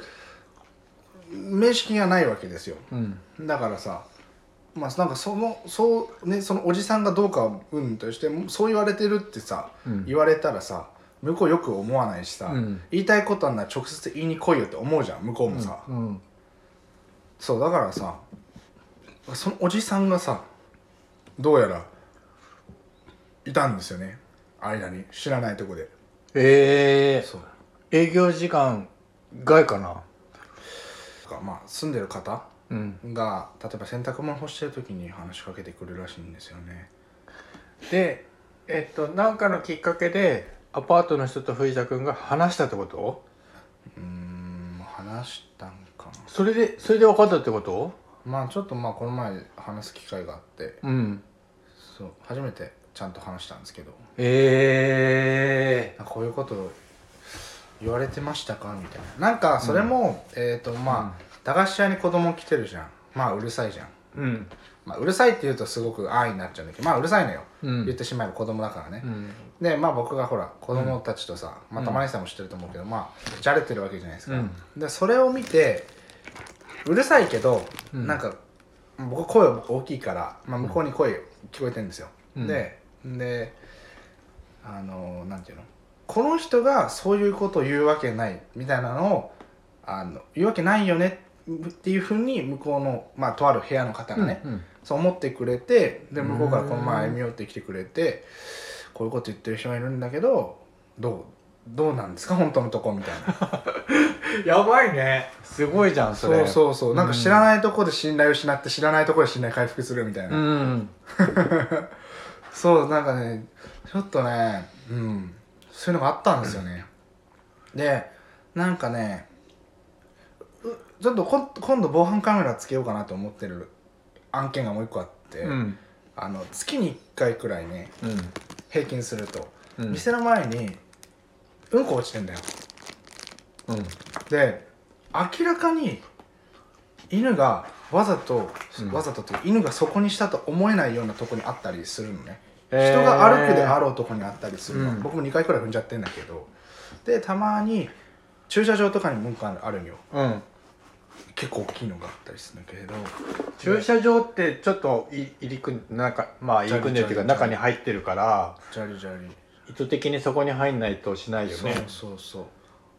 [SPEAKER 1] 面識がないわけですよ
[SPEAKER 2] うん
[SPEAKER 1] だからさまあなんかそのそうねそのおじさんがどうかはうんとしてもそう言われてるってさ、
[SPEAKER 2] うん
[SPEAKER 1] 言われたらさ向こうよく思わないしさ、
[SPEAKER 2] うん
[SPEAKER 1] 言いたいことあんなら直接言いに来いよって思うじゃん向こうもさ、
[SPEAKER 2] うん
[SPEAKER 1] そうだからさそのおじさんがさどうやらいたんですよね間に知らないとこで
[SPEAKER 2] ええ
[SPEAKER 1] そう
[SPEAKER 2] 営業時間外かな
[SPEAKER 1] かまあ住んでる方
[SPEAKER 2] うん
[SPEAKER 1] が例えば洗濯物干してる時に話しかけてくるらしいんですよねで
[SPEAKER 2] えっとなんかのきっかけでアパートの人と藤田君が話したってこと
[SPEAKER 1] うーん話したんかな
[SPEAKER 2] それでそれで分かったってこと
[SPEAKER 1] まあちょっとまあこの前話す機会があって
[SPEAKER 2] うん
[SPEAKER 1] そう初めてちゃんと話したんですけど
[SPEAKER 2] ええ
[SPEAKER 1] なんかこういうこと言われてましたかみたいななんかそれも、えっ、とまあ、駄菓子屋に子供来てるじゃんまあうるさいじゃん
[SPEAKER 2] うん
[SPEAKER 1] まあうるさいって言うとすごく安易になっちゃうんだけどまあうるさいのよ、
[SPEAKER 2] うん
[SPEAKER 1] 言ってしまえば子供だからね、
[SPEAKER 2] うん
[SPEAKER 1] でまあ僕がほら子供たちとさ、まあ玉ねぎさんも知ってると思うけど、まあじゃれてるわけじゃないですか、
[SPEAKER 2] うん
[SPEAKER 1] でそれを見てうるさいけど、
[SPEAKER 2] うん
[SPEAKER 1] なんか僕声大きいから、まあ、向こうに声聞こえてるんですよ、
[SPEAKER 2] うん
[SPEAKER 1] でであのなんていうのこの人がそういうことを言うわけないみたいなのをあの言うわけないよねっていうふうに向こうの、まあ、とある部屋の方がね、
[SPEAKER 2] うん
[SPEAKER 1] そう思ってくれてで向こうからこの
[SPEAKER 2] うん
[SPEAKER 1] 前歩み寄ってきてくれてこういうこと言ってる人がいるんだけどどうどうなんですか本当のとこみたい な
[SPEAKER 2] やばいねすごいじゃんそ
[SPEAKER 1] そ
[SPEAKER 2] れ
[SPEAKER 1] うそうそうなんか知らないとこで信頼を失って知らないとこで信頼回復するみたいな、
[SPEAKER 2] うん
[SPEAKER 1] そうなんかねちょっとねうんそういうのがあったんですよね、でなんかねうちょっとこ今度防犯カメラつけようかなと思ってる案件がもう一個あって、
[SPEAKER 2] うん
[SPEAKER 1] あの月に1回くらいね
[SPEAKER 2] うん
[SPEAKER 1] 平均すると、
[SPEAKER 2] うん
[SPEAKER 1] 店の前にうんこ落ちてんだよ
[SPEAKER 2] うん
[SPEAKER 1] で明らかに犬がわざと、
[SPEAKER 2] うん
[SPEAKER 1] わざとというか犬がそこにしたと思えないようなとこにあったりするのね、
[SPEAKER 2] えー
[SPEAKER 1] 人が歩くであろうとこにあったりするの、
[SPEAKER 2] うん
[SPEAKER 1] 僕も2回くらい踏んじゃってんだけどでたまに駐車場とかに文句あるんよ
[SPEAKER 2] うん
[SPEAKER 1] 結構大きいのがあったりするんだけど
[SPEAKER 2] 駐車場ってちょっとい入り組んなんかまあ入り組んでるっていうか
[SPEAKER 1] ジャリジャ
[SPEAKER 2] 中
[SPEAKER 1] リ
[SPEAKER 2] に入ってるから
[SPEAKER 1] ジャリジャリ
[SPEAKER 2] 意図的にそこに入んないとしないよ
[SPEAKER 1] そう
[SPEAKER 2] ね
[SPEAKER 1] そうそ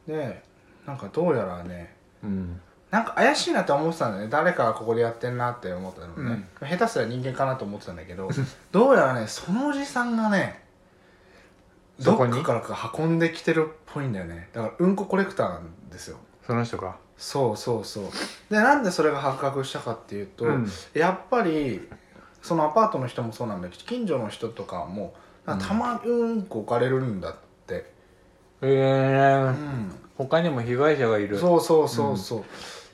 [SPEAKER 1] うでなんかどうやらね
[SPEAKER 2] うん
[SPEAKER 1] なんか怪しいなって思ってたんだよね誰かがここでやってんなって思ったのね、下手すら人間かなと思ってたんだけどどうやらねそのおじさんがねど
[SPEAKER 2] そこ
[SPEAKER 1] っ
[SPEAKER 2] に
[SPEAKER 1] かからか運んできてるっぽいんだよねだからうんこコレクターなんですよ
[SPEAKER 2] その人か
[SPEAKER 1] そうそうそうでなんでそれが発覚したかっていうと、
[SPEAKER 2] うん
[SPEAKER 1] やっぱりそのアパートの人もそうなんだけど近所の人とかもなんかたまにうんこ置かれるんだって、
[SPEAKER 2] ええ
[SPEAKER 1] うん、
[SPEAKER 2] 他にも被害者がいる
[SPEAKER 1] そうそうそうそう、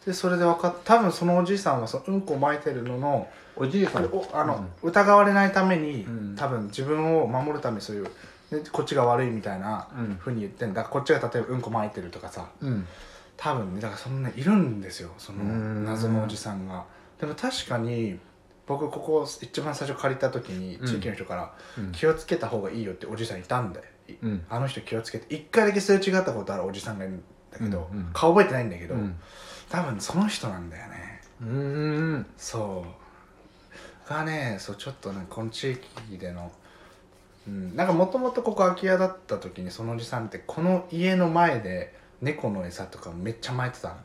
[SPEAKER 1] でそれで分かった多分そのおじいさんはそのうんこ撒いてるのの
[SPEAKER 2] おじいさん
[SPEAKER 1] おあの、疑われないために、
[SPEAKER 2] うん
[SPEAKER 1] 多分自分を守るためにそういう、ね、こっちが悪いみたいな
[SPEAKER 2] うん
[SPEAKER 1] ふうに言ってんだからこっちが例えばうんこ撒いてるとかさ
[SPEAKER 2] うん
[SPEAKER 1] 多分ねだからそのねいるんですよその
[SPEAKER 2] うーん
[SPEAKER 1] 謎のおじさんが。だでも確かに僕ここ一番最初借りた時に地域の人から
[SPEAKER 2] うん
[SPEAKER 1] 気をつけた方がいいよっておじさんいたんだよ、
[SPEAKER 2] うん
[SPEAKER 1] あの人気をつけて一回だけすれ違ったことあるおじさんがいるんだけど、
[SPEAKER 2] うんうん
[SPEAKER 1] 顔覚えてないんだけど、
[SPEAKER 2] うん
[SPEAKER 1] 多分その人なんだよね
[SPEAKER 2] うん
[SPEAKER 1] そうがねそうちょっとねこの地域での、うん、なんかもともとここ空き家だった時にそのおじさんってこの家の前で猫の餌とかめっちゃ巻いてたのね、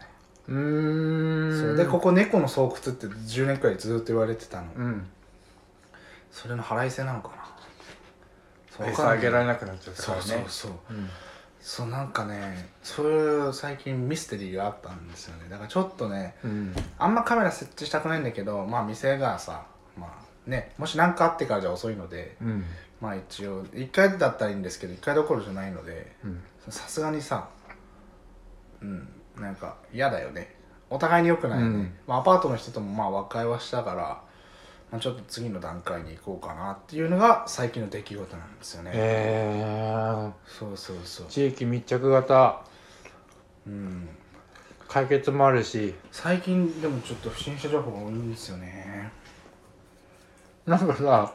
[SPEAKER 2] うん
[SPEAKER 1] そうでここ猫の巣窟って10年くらいずっと言われてたの、
[SPEAKER 2] うん
[SPEAKER 1] それの腹いせなのかなそう
[SPEAKER 2] 餌あげられ
[SPEAKER 1] い
[SPEAKER 2] なくなっちゃったか
[SPEAKER 1] そ
[SPEAKER 2] ら
[SPEAKER 1] う
[SPEAKER 2] ね
[SPEAKER 1] そうそう
[SPEAKER 2] うん
[SPEAKER 1] そうなんかねそういう最近ミステリーがあったんですよねだからちょっとね
[SPEAKER 2] うん
[SPEAKER 1] あんまカメラ設置したくないんだけどまあ店がさまあねもし何かあってからじゃ遅いので
[SPEAKER 2] うん
[SPEAKER 1] まあ一応1回だったらいいんですけど1回どころじゃないので
[SPEAKER 2] うん
[SPEAKER 1] さすがにさうんなんか嫌だよねお互いに良くないよね、
[SPEAKER 2] うん
[SPEAKER 1] まあ、アパートの人ともまあ和解はしたから、まあ、ちょっと次の段階に行こうかなっていうのが最近の出来事なんですよね、
[SPEAKER 2] えー、
[SPEAKER 1] そうそうそう
[SPEAKER 2] 地域密着型
[SPEAKER 1] うん
[SPEAKER 2] 解決もあるし
[SPEAKER 1] 最近でもちょっと不審者情報が多いんですよね
[SPEAKER 2] なんかさ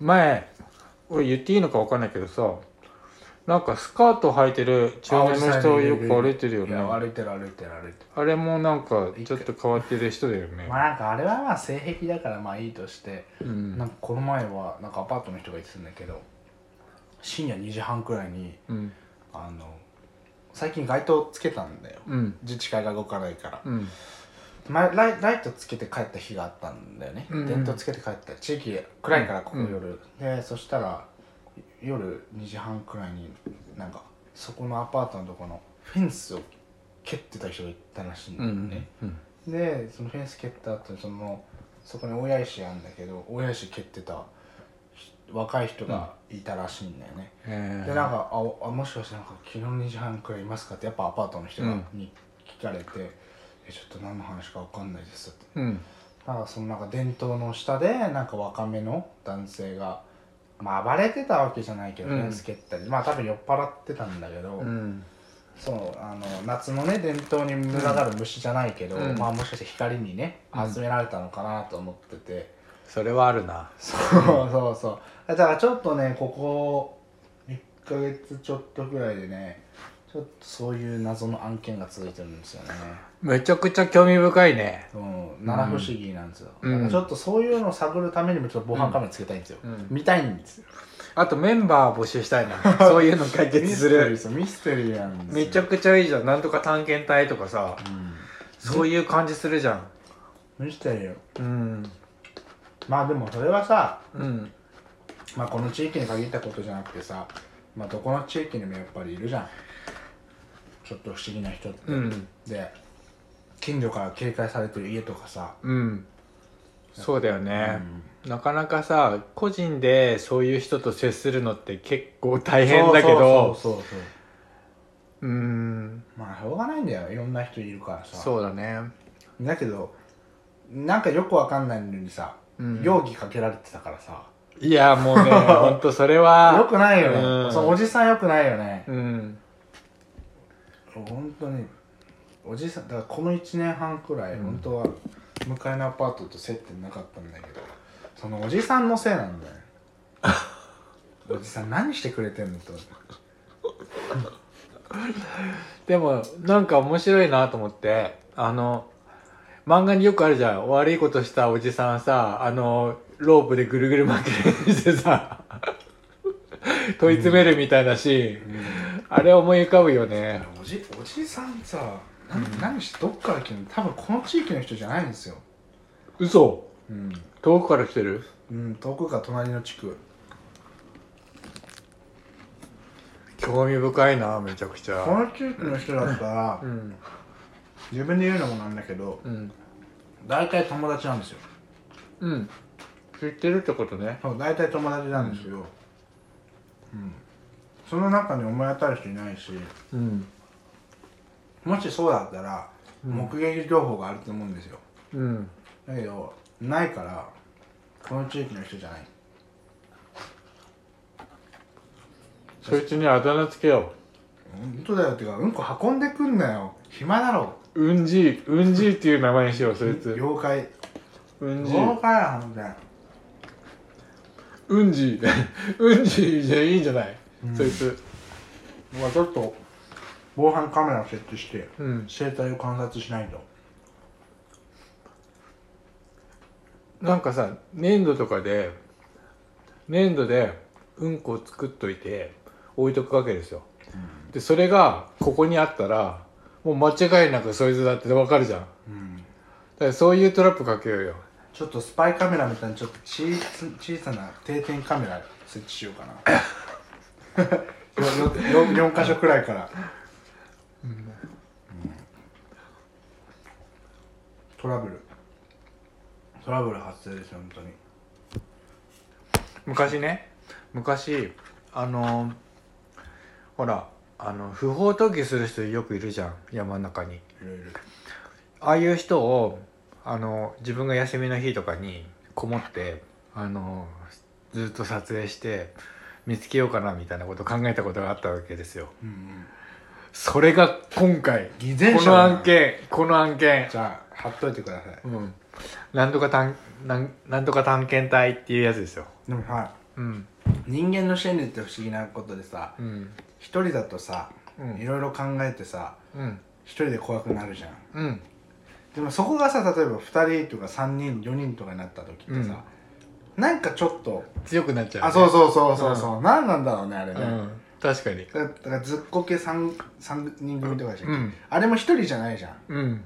[SPEAKER 2] 前俺言っていいのか分かんないけどさなんかスカート履いてる中年の人よく歩いてるよね
[SPEAKER 1] いや歩いてる歩いてる歩いて
[SPEAKER 2] あれもなんかちょっと変わってる人だよね
[SPEAKER 1] るまあなんかあれはまあ性癖だからまあいいとして、
[SPEAKER 2] うん
[SPEAKER 1] なんかこの前はなんかアパートの人が言ってたんだけど深夜2時半くらいに
[SPEAKER 2] うん
[SPEAKER 1] あの最近街灯つけたんだよ
[SPEAKER 2] うん
[SPEAKER 1] 自治会が動かないから、
[SPEAKER 2] うん
[SPEAKER 1] 前ライライトつけて帰った日があったんだよね、
[SPEAKER 2] うんうん
[SPEAKER 1] 電灯つけて帰った地域暗いからここ
[SPEAKER 2] うん
[SPEAKER 1] 夜、でそしたら夜2時半くらいになんかそこのアパートのとこのフェンスを蹴ってた人がいたらしいんだ
[SPEAKER 2] う
[SPEAKER 1] よ
[SPEAKER 2] ん
[SPEAKER 1] ね、
[SPEAKER 2] うん
[SPEAKER 1] でそのフェンス蹴った後にそのそこに親石あんだけど親石蹴ってたひ若い人がいたらしいんだよね、
[SPEAKER 2] え
[SPEAKER 1] でなんかあおあ「もしかしてなんか昨日2時半くらいいますか?」ってやっぱアパートの人が
[SPEAKER 2] うん
[SPEAKER 1] に聞かれて「えちょっと何の話か分かんないです」って
[SPEAKER 2] うん
[SPEAKER 1] なんかそのなんか伝統の下でなんか若めの男性が、まあ、暴れてたわけじゃないけどね、
[SPEAKER 2] うん
[SPEAKER 1] スケったりまあ多分酔っ払ってたんだけど、
[SPEAKER 2] うん
[SPEAKER 1] そうあの夏のね伝統に群がる虫じゃないけど、
[SPEAKER 2] うん
[SPEAKER 1] まあもしかして光にね
[SPEAKER 2] うん
[SPEAKER 1] 集められたのかなと思ってて。
[SPEAKER 2] それはあるな
[SPEAKER 1] そうそうそうだからちょっとねここ1ヶ月ちょっとぐらいでねちょっとそういう謎の案件が続いてるんですよね
[SPEAKER 2] めちゃくちゃ興味深いね
[SPEAKER 1] うん七不思議なんですよ、
[SPEAKER 2] うん
[SPEAKER 1] だからちょっとそういうのを探るためにもちょっと防犯カメラつけたいんですよ、
[SPEAKER 2] うん
[SPEAKER 1] 見たいんですよ
[SPEAKER 2] あとメンバー募集した いな そういうの解決す
[SPEAKER 1] ミ
[SPEAKER 2] る
[SPEAKER 1] ステリーミステリーなんですよ
[SPEAKER 2] めちゃくちゃいいじゃんなんとか探検隊とかさそういう感じするじゃん
[SPEAKER 1] うんミステリー
[SPEAKER 2] うん
[SPEAKER 1] まあでもそれはさ、
[SPEAKER 2] うん
[SPEAKER 1] まあ、この地域に限ったことじゃなくてさまあどこの地域にもやっぱりいるじゃんちょっと不思議な人って、
[SPEAKER 2] うん
[SPEAKER 1] で近所から警戒されてる家とかさ、
[SPEAKER 2] うんそうだよね、なかなかさ個人でそういう人と接するのって結構大変だけど
[SPEAKER 1] そうそうそうそう
[SPEAKER 2] うん
[SPEAKER 1] まあしょうがないんだよいろんな人いるからさ
[SPEAKER 2] そうだね
[SPEAKER 1] だけどなんかよくわかんないのにさ、
[SPEAKER 2] うん
[SPEAKER 1] 容疑かけられてたからさ
[SPEAKER 2] いや もうねほんとそれは
[SPEAKER 1] よくないよね、
[SPEAKER 2] うん
[SPEAKER 1] そのおじさんよくないよね、
[SPEAKER 2] うん
[SPEAKER 1] 本当におじさんだからこの1年半くらい、
[SPEAKER 2] うん
[SPEAKER 1] 本当は向かいのアパートと接点なかったんだけどそのおじさんのせいなんだ よおじさん何してくれてんのと
[SPEAKER 2] でもなんか面白いなと思ってあの漫画によくあるじゃん悪いことしたおじさんさあのロープでぐるぐる巻きにしてさ問い詰めるみたいなシーン、あれ思い浮かぶよね
[SPEAKER 1] おじおじさんさ何,、ん、何してどっから来るの多分この地域の人じゃないんですよ
[SPEAKER 2] 嘘
[SPEAKER 1] うん、
[SPEAKER 2] 遠くから来てる
[SPEAKER 1] うん、遠くか隣の地区
[SPEAKER 2] 興味深いなめちゃくち
[SPEAKER 1] こ
[SPEAKER 2] ゃ
[SPEAKER 1] の地域の人だったら
[SPEAKER 2] うん
[SPEAKER 1] 自分で言うのもなんだけど
[SPEAKER 2] うん
[SPEAKER 1] 大体友達なんですよ
[SPEAKER 2] うん知ってるってことね
[SPEAKER 1] そう大体友達なんですけど、うんその中に思い当たる人いないし
[SPEAKER 2] うん
[SPEAKER 1] もしそうだったら
[SPEAKER 2] うん
[SPEAKER 1] 目撃情報があると思うんですよ、
[SPEAKER 2] うん
[SPEAKER 1] だけどないからこの地域の人じゃない
[SPEAKER 2] そいつにあだ名つけよ
[SPEAKER 1] 本当だよってかうんこ運んでくんなよ暇だろ
[SPEAKER 2] ううんじいうんじいっていう名前にしようそいつ
[SPEAKER 1] 妖怪
[SPEAKER 2] うんじい
[SPEAKER 1] 妖怪やんみたいな
[SPEAKER 2] うんじい うんじいでいいんじゃない、そいつ
[SPEAKER 1] 僕はちょっと防犯カメラを設置して
[SPEAKER 2] うん
[SPEAKER 1] 生態を観察しないと
[SPEAKER 2] なんかさ粘土とかで粘土でうんこを作っといて置いとくわけですよ、でそれがここにあったらもう間違いなくそいつだってわかるじゃんだ
[SPEAKER 1] うん
[SPEAKER 2] からそういうトラップかけようよ
[SPEAKER 1] ちょっとスパイカメラみたいにちょっと小さ小さな定点カメラ設置しようかな よよよ4箇所くらいから、うんトラブルトラブル発生ですよ本当に
[SPEAKER 2] 昔ね昔あのほらあの不法投棄する人よくいるじゃん山の中に
[SPEAKER 1] いろいろ
[SPEAKER 2] ああいう人をあの自分が休みの日とかにこもってあのずっと撮影して見つけようかなみたいなことを考えたことがあったわけですよ
[SPEAKER 1] うんうん
[SPEAKER 2] それが今回
[SPEAKER 1] 偽善者
[SPEAKER 2] この案件この案件
[SPEAKER 1] じゃあ貼っといてください
[SPEAKER 2] うんなんとか探なんなんとか探検隊っていうやつですよ
[SPEAKER 1] でもさ
[SPEAKER 2] うん
[SPEAKER 1] 人間の心理って不思議なことでさ
[SPEAKER 2] うん
[SPEAKER 1] 一人だとさ
[SPEAKER 2] うん
[SPEAKER 1] いろいろ考えてさ
[SPEAKER 2] うん
[SPEAKER 1] 一人で怖くなるじゃん
[SPEAKER 2] うん
[SPEAKER 1] でもそこがさ例えば2人とか3人4人とかになった時ってさ、なんかちょっと
[SPEAKER 2] 強くなっちゃう、
[SPEAKER 1] あそうそうそうそうそう、なん、何なんだろうねあれ
[SPEAKER 2] う
[SPEAKER 1] ね、
[SPEAKER 2] ん確かに
[SPEAKER 1] だだからずっこけ 3, 三人組とかでしたっけ、
[SPEAKER 2] うん
[SPEAKER 1] あれも1人じゃないじゃんや
[SPEAKER 2] うん
[SPEAKER 1] っ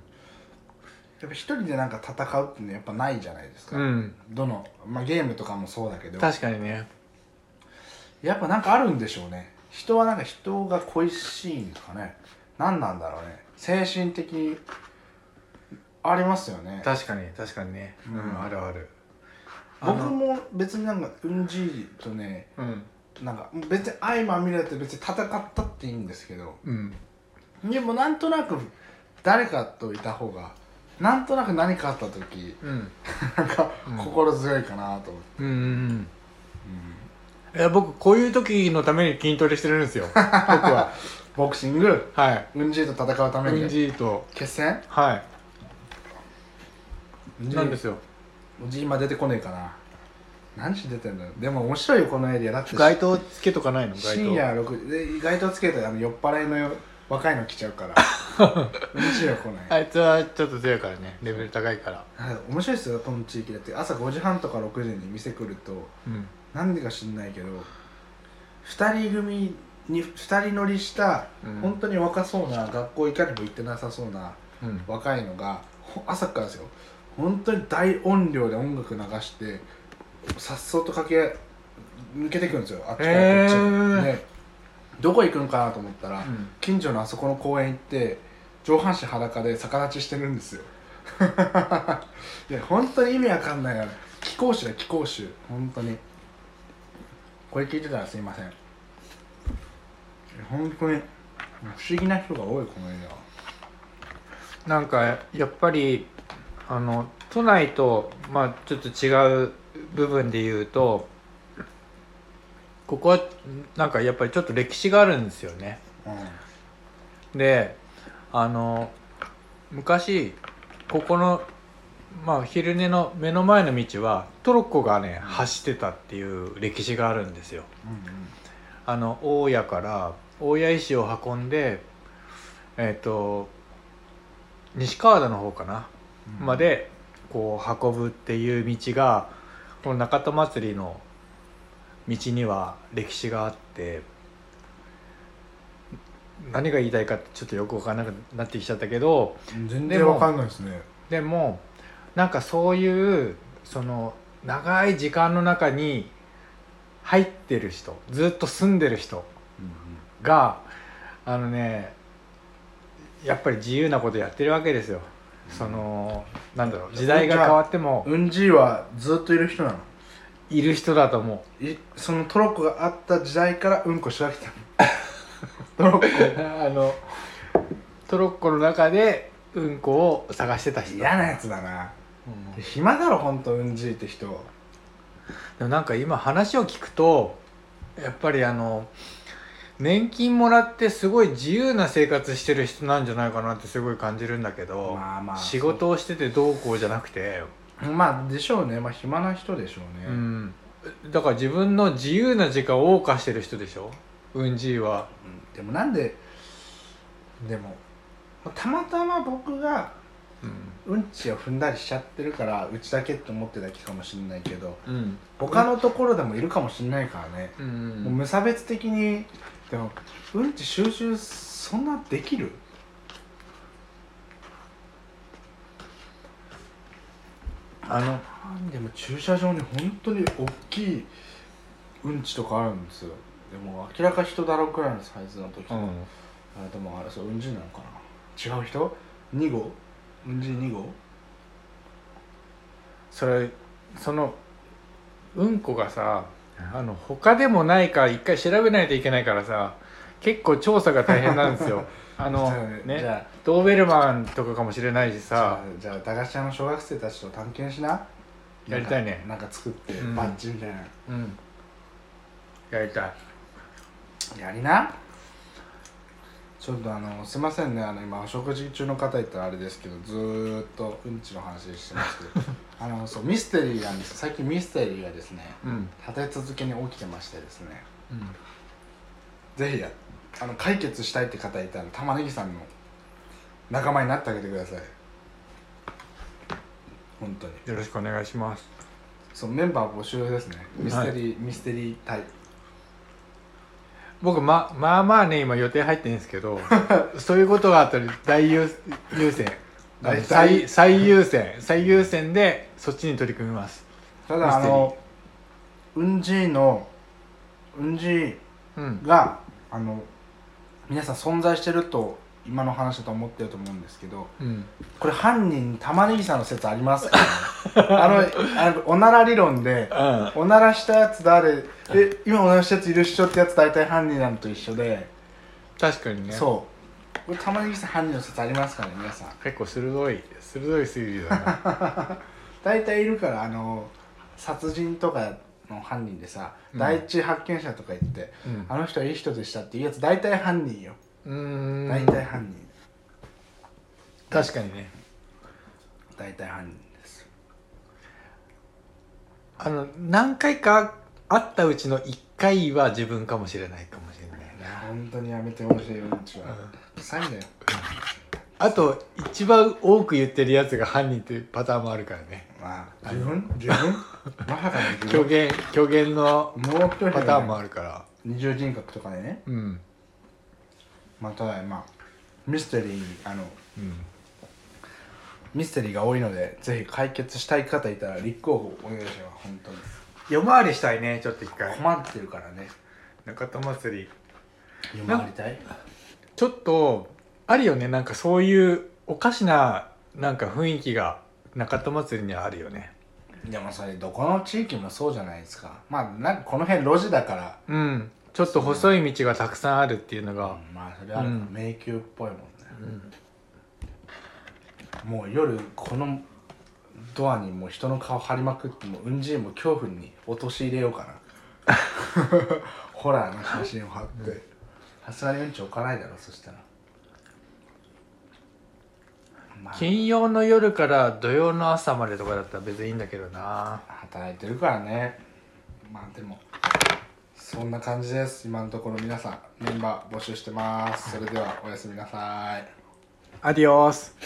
[SPEAKER 1] ぱ1人でなんか戦うってねやっぱないじゃないですか、
[SPEAKER 2] うん
[SPEAKER 1] どの、まあ、ゲームとかもそうだけど
[SPEAKER 2] 確かにね
[SPEAKER 1] やっぱなんかあるんでしょうね人はなんか人が恋しいんですかね何なんだろうね精神的ありますよね
[SPEAKER 2] 確かに確かにねうん、
[SPEAKER 1] うん
[SPEAKER 2] あるある
[SPEAKER 1] 僕
[SPEAKER 2] あの
[SPEAKER 1] も別になんかうんじいとね
[SPEAKER 2] うん
[SPEAKER 1] なんか別に相まみれて別に戦ったっていいんですけど
[SPEAKER 2] うん
[SPEAKER 1] でもなんとなく誰かといた方がなんとなく何かあった時
[SPEAKER 2] うん
[SPEAKER 1] なんか
[SPEAKER 2] うん
[SPEAKER 1] 心強いかなと思って、
[SPEAKER 2] うんうんいや僕こういう時のために筋トレしてるん ですよ僕は
[SPEAKER 1] ボクシング
[SPEAKER 2] はい
[SPEAKER 1] うんじいと戦うため
[SPEAKER 2] うん
[SPEAKER 1] に
[SPEAKER 2] じいと
[SPEAKER 1] 決戦
[SPEAKER 2] は
[SPEAKER 1] う
[SPEAKER 2] い
[SPEAKER 1] んじい
[SPEAKER 2] なんですよ
[SPEAKER 1] うち今出てこねえかな何時出てんだよでも面白いよこのエリアだって
[SPEAKER 2] 街灯つけとかないの街灯
[SPEAKER 1] 深夜6時で街灯つけたらあの酔っ払いの若いの来ちゃうから うんちいは来ない
[SPEAKER 2] あいつはちょっと強いからねレベル高いから
[SPEAKER 1] はい面白いですよこの地域だって朝5時半とか6時に店来ると
[SPEAKER 2] うん
[SPEAKER 1] なんでか知んないけど2人組に2人乗りした、
[SPEAKER 2] うん
[SPEAKER 1] 本当に若そうな学校いかにも行ってなさそうな
[SPEAKER 2] うん
[SPEAKER 1] 若いのがほ朝からですよ本当に大音量で音楽流してさっそうと駆け抜けてくるんですよあっちからこっち
[SPEAKER 2] へー
[SPEAKER 1] に、でどこ行くのかなと思ったら、
[SPEAKER 2] うん
[SPEAKER 1] 近所のあそこの公園行って上半身裸で逆立ちしてるんですよいや本当に意味わかんないよ貴公子だ貴公子本当にこれ聞いてたらすいませんいや本当に不思議な人が多いこの映画は
[SPEAKER 2] なんかやっぱりあの都内と、まあ、ちょっと違う部分で言うとここはなんかやっぱりちょっと歴史があるんですよね。
[SPEAKER 1] う
[SPEAKER 2] であの昔ここの、まあ、昼寝の目の前の道はトロッコがね走ってたっていう歴史があるんですよ。
[SPEAKER 1] んうん
[SPEAKER 2] あの大谷から大谷石を運んでえっ、と西川田の方かな
[SPEAKER 1] うん
[SPEAKER 2] までこう運ぶっていう道がこの中田祭りの道には歴史があって何が言いたいかってちょっとよく分からなくなってきちゃったけど
[SPEAKER 1] 全
[SPEAKER 2] で
[SPEAKER 1] 然
[SPEAKER 2] も
[SPEAKER 1] わかんないですね
[SPEAKER 2] でもなんかそういうその長い時間の中に入ってる人ずっと住んでる人があのねやっぱり自由なことやってるわけですよ。そのなんだろう時代が変わっても
[SPEAKER 1] うんじいはずっといる人なの
[SPEAKER 2] いる人だと思
[SPEAKER 1] いそのトロッコがあった時代からうんこしわけたのトロッ
[SPEAKER 2] うあのトロッコの中でうんこを探してた
[SPEAKER 1] コ
[SPEAKER 2] 人
[SPEAKER 1] 嫌なやつだな
[SPEAKER 2] うんで
[SPEAKER 1] 暇だろほんとうんじいって人
[SPEAKER 2] もなんか今話を聞くとやっぱりあの年金もらってすごい自由な生活してる人なんじゃないかなってすごい感じるんだけど、
[SPEAKER 1] まあまあ
[SPEAKER 2] 仕事をしててどうこうじゃなくて、
[SPEAKER 1] まあでしょうねまあ暇な人でしょうね、
[SPEAKER 2] うん、だから自分の自由な時間を謳歌してる人でしょうんじいは
[SPEAKER 1] うんでもなんででもたまたま僕が
[SPEAKER 2] うん、
[SPEAKER 1] うんちを踏んだりしちゃってるからうちだけって思ってるだけかもしれないけど
[SPEAKER 2] うん
[SPEAKER 1] 他のところでもいるかもしれないからね、
[SPEAKER 2] う、
[SPEAKER 1] もうん無差別的にでもうんち集中そんなできる
[SPEAKER 2] あの
[SPEAKER 1] でも駐車場に本当に大きいうんちとかあるんですよでも明らか人だろうくらいのサイズの時、
[SPEAKER 2] う
[SPEAKER 1] あ
[SPEAKER 2] ん
[SPEAKER 1] れでもあれそううんちなのかな違う人 ?2 号うんち2号
[SPEAKER 2] それそのうんこがさあの他でもないか一回調べないといけないからさ結構調査が大変なんです よあの
[SPEAKER 1] じ
[SPEAKER 2] ね
[SPEAKER 1] ゃ
[SPEAKER 2] ドーベルマンとかかもしれないし
[SPEAKER 1] あじゃ
[SPEAKER 2] さ
[SPEAKER 1] あじゃあ駄菓子屋の小学生たちと探検しな
[SPEAKER 2] やりたいね
[SPEAKER 1] なんかなんか作って
[SPEAKER 2] うん
[SPEAKER 1] バッジみたいな、
[SPEAKER 2] うんやりたい
[SPEAKER 1] やりなちょっとあのすいませんねあの今お食事中の方いったらあれですけどずーっとうんちの話してます けどあのそうミステリーなんですよ最近ミステリーがですね
[SPEAKER 2] うん、
[SPEAKER 1] 立て続けに起きてましてですね
[SPEAKER 2] うん、
[SPEAKER 1] ぜひやあの解決したいって方いたら玉ねぎさんの仲間になってあげてください本当に
[SPEAKER 2] よろしくお願いします
[SPEAKER 1] そうメンバー募集ですねミステリー、ミステリー隊
[SPEAKER 2] 僕ままあまあね今予定入ってるんですけ どそういうことがあったら大優優先
[SPEAKER 1] 大
[SPEAKER 2] 最最優先最優先でそっちに取り組みます
[SPEAKER 1] ただあのうんじーのうんじー
[SPEAKER 2] うん
[SPEAKER 1] があの皆さん存在してると今の話だと思ってると思うんですけど
[SPEAKER 2] うん
[SPEAKER 1] これ犯人玉ねぎさんの説あります から、ね、あのあのおなら理論で
[SPEAKER 2] うん
[SPEAKER 1] おならしたやつ誰で今おならしたやついるっしょってやつ大体犯人なのと一緒で、
[SPEAKER 2] 確かにね
[SPEAKER 1] そうこれ玉ねぎさん犯人の説ありますからね皆さん
[SPEAKER 2] 結構鋭い鋭い推理だ な
[SPEAKER 1] 大体いるからあの殺人とかの犯人でさ、
[SPEAKER 2] うん
[SPEAKER 1] 第一発見者とか言って、
[SPEAKER 2] うん
[SPEAKER 1] あの人はいい人でしたっていうやつ大体犯人よ、
[SPEAKER 2] うーん
[SPEAKER 1] 大体犯人
[SPEAKER 2] 確かにね
[SPEAKER 1] 大体犯人です
[SPEAKER 2] あの何回かあったうちの1回は自分かもしれないかもしれないな
[SPEAKER 1] 本当にやめてほしいうんちは臭いんだよ
[SPEAKER 2] あと一番多く言ってるやつが犯人っていうパターンもあるからね
[SPEAKER 1] まあ自分自分まさかの自
[SPEAKER 2] 虚
[SPEAKER 1] 分
[SPEAKER 2] 言虚言の
[SPEAKER 1] もう一人
[SPEAKER 2] パターンも
[SPEAKER 1] ね
[SPEAKER 2] あるから
[SPEAKER 1] 二重人格とかでね
[SPEAKER 2] うん
[SPEAKER 1] まあただまあミステリーあの
[SPEAKER 2] うん
[SPEAKER 1] ミステリーが多いのでぜひ解決したい方いたら立候補お願いします本当に
[SPEAKER 2] 夜回りしたいねちょっと一回
[SPEAKER 1] 困ってるからね
[SPEAKER 2] 中田祭り
[SPEAKER 1] 夜回りたい
[SPEAKER 2] ちょっとあるよねなんかそういうおかしななんか雰囲気が中田祭りにはあるよね
[SPEAKER 1] でもそれどこの地域もそうじゃないですかまあなんかこの辺路地だから、
[SPEAKER 2] うんちょっと細い道がたくさんあるっていうのが
[SPEAKER 1] うんまあそれはあるか
[SPEAKER 2] うん
[SPEAKER 1] 迷宮っぽいもんね、もう夜このドアにもう人の顔張りまくってもううんじいも恐怖に陥れようかな ホラーの写真を貼ってさすがにうんち置かないだろそしたらまあ
[SPEAKER 2] 金曜の夜から土曜の朝までとかだったら別にいいんだけどな
[SPEAKER 1] 働いてるからねまあでもそんな感じです今のところ皆さんメンバー募集してますそれではおやすみなさい
[SPEAKER 2] アディオス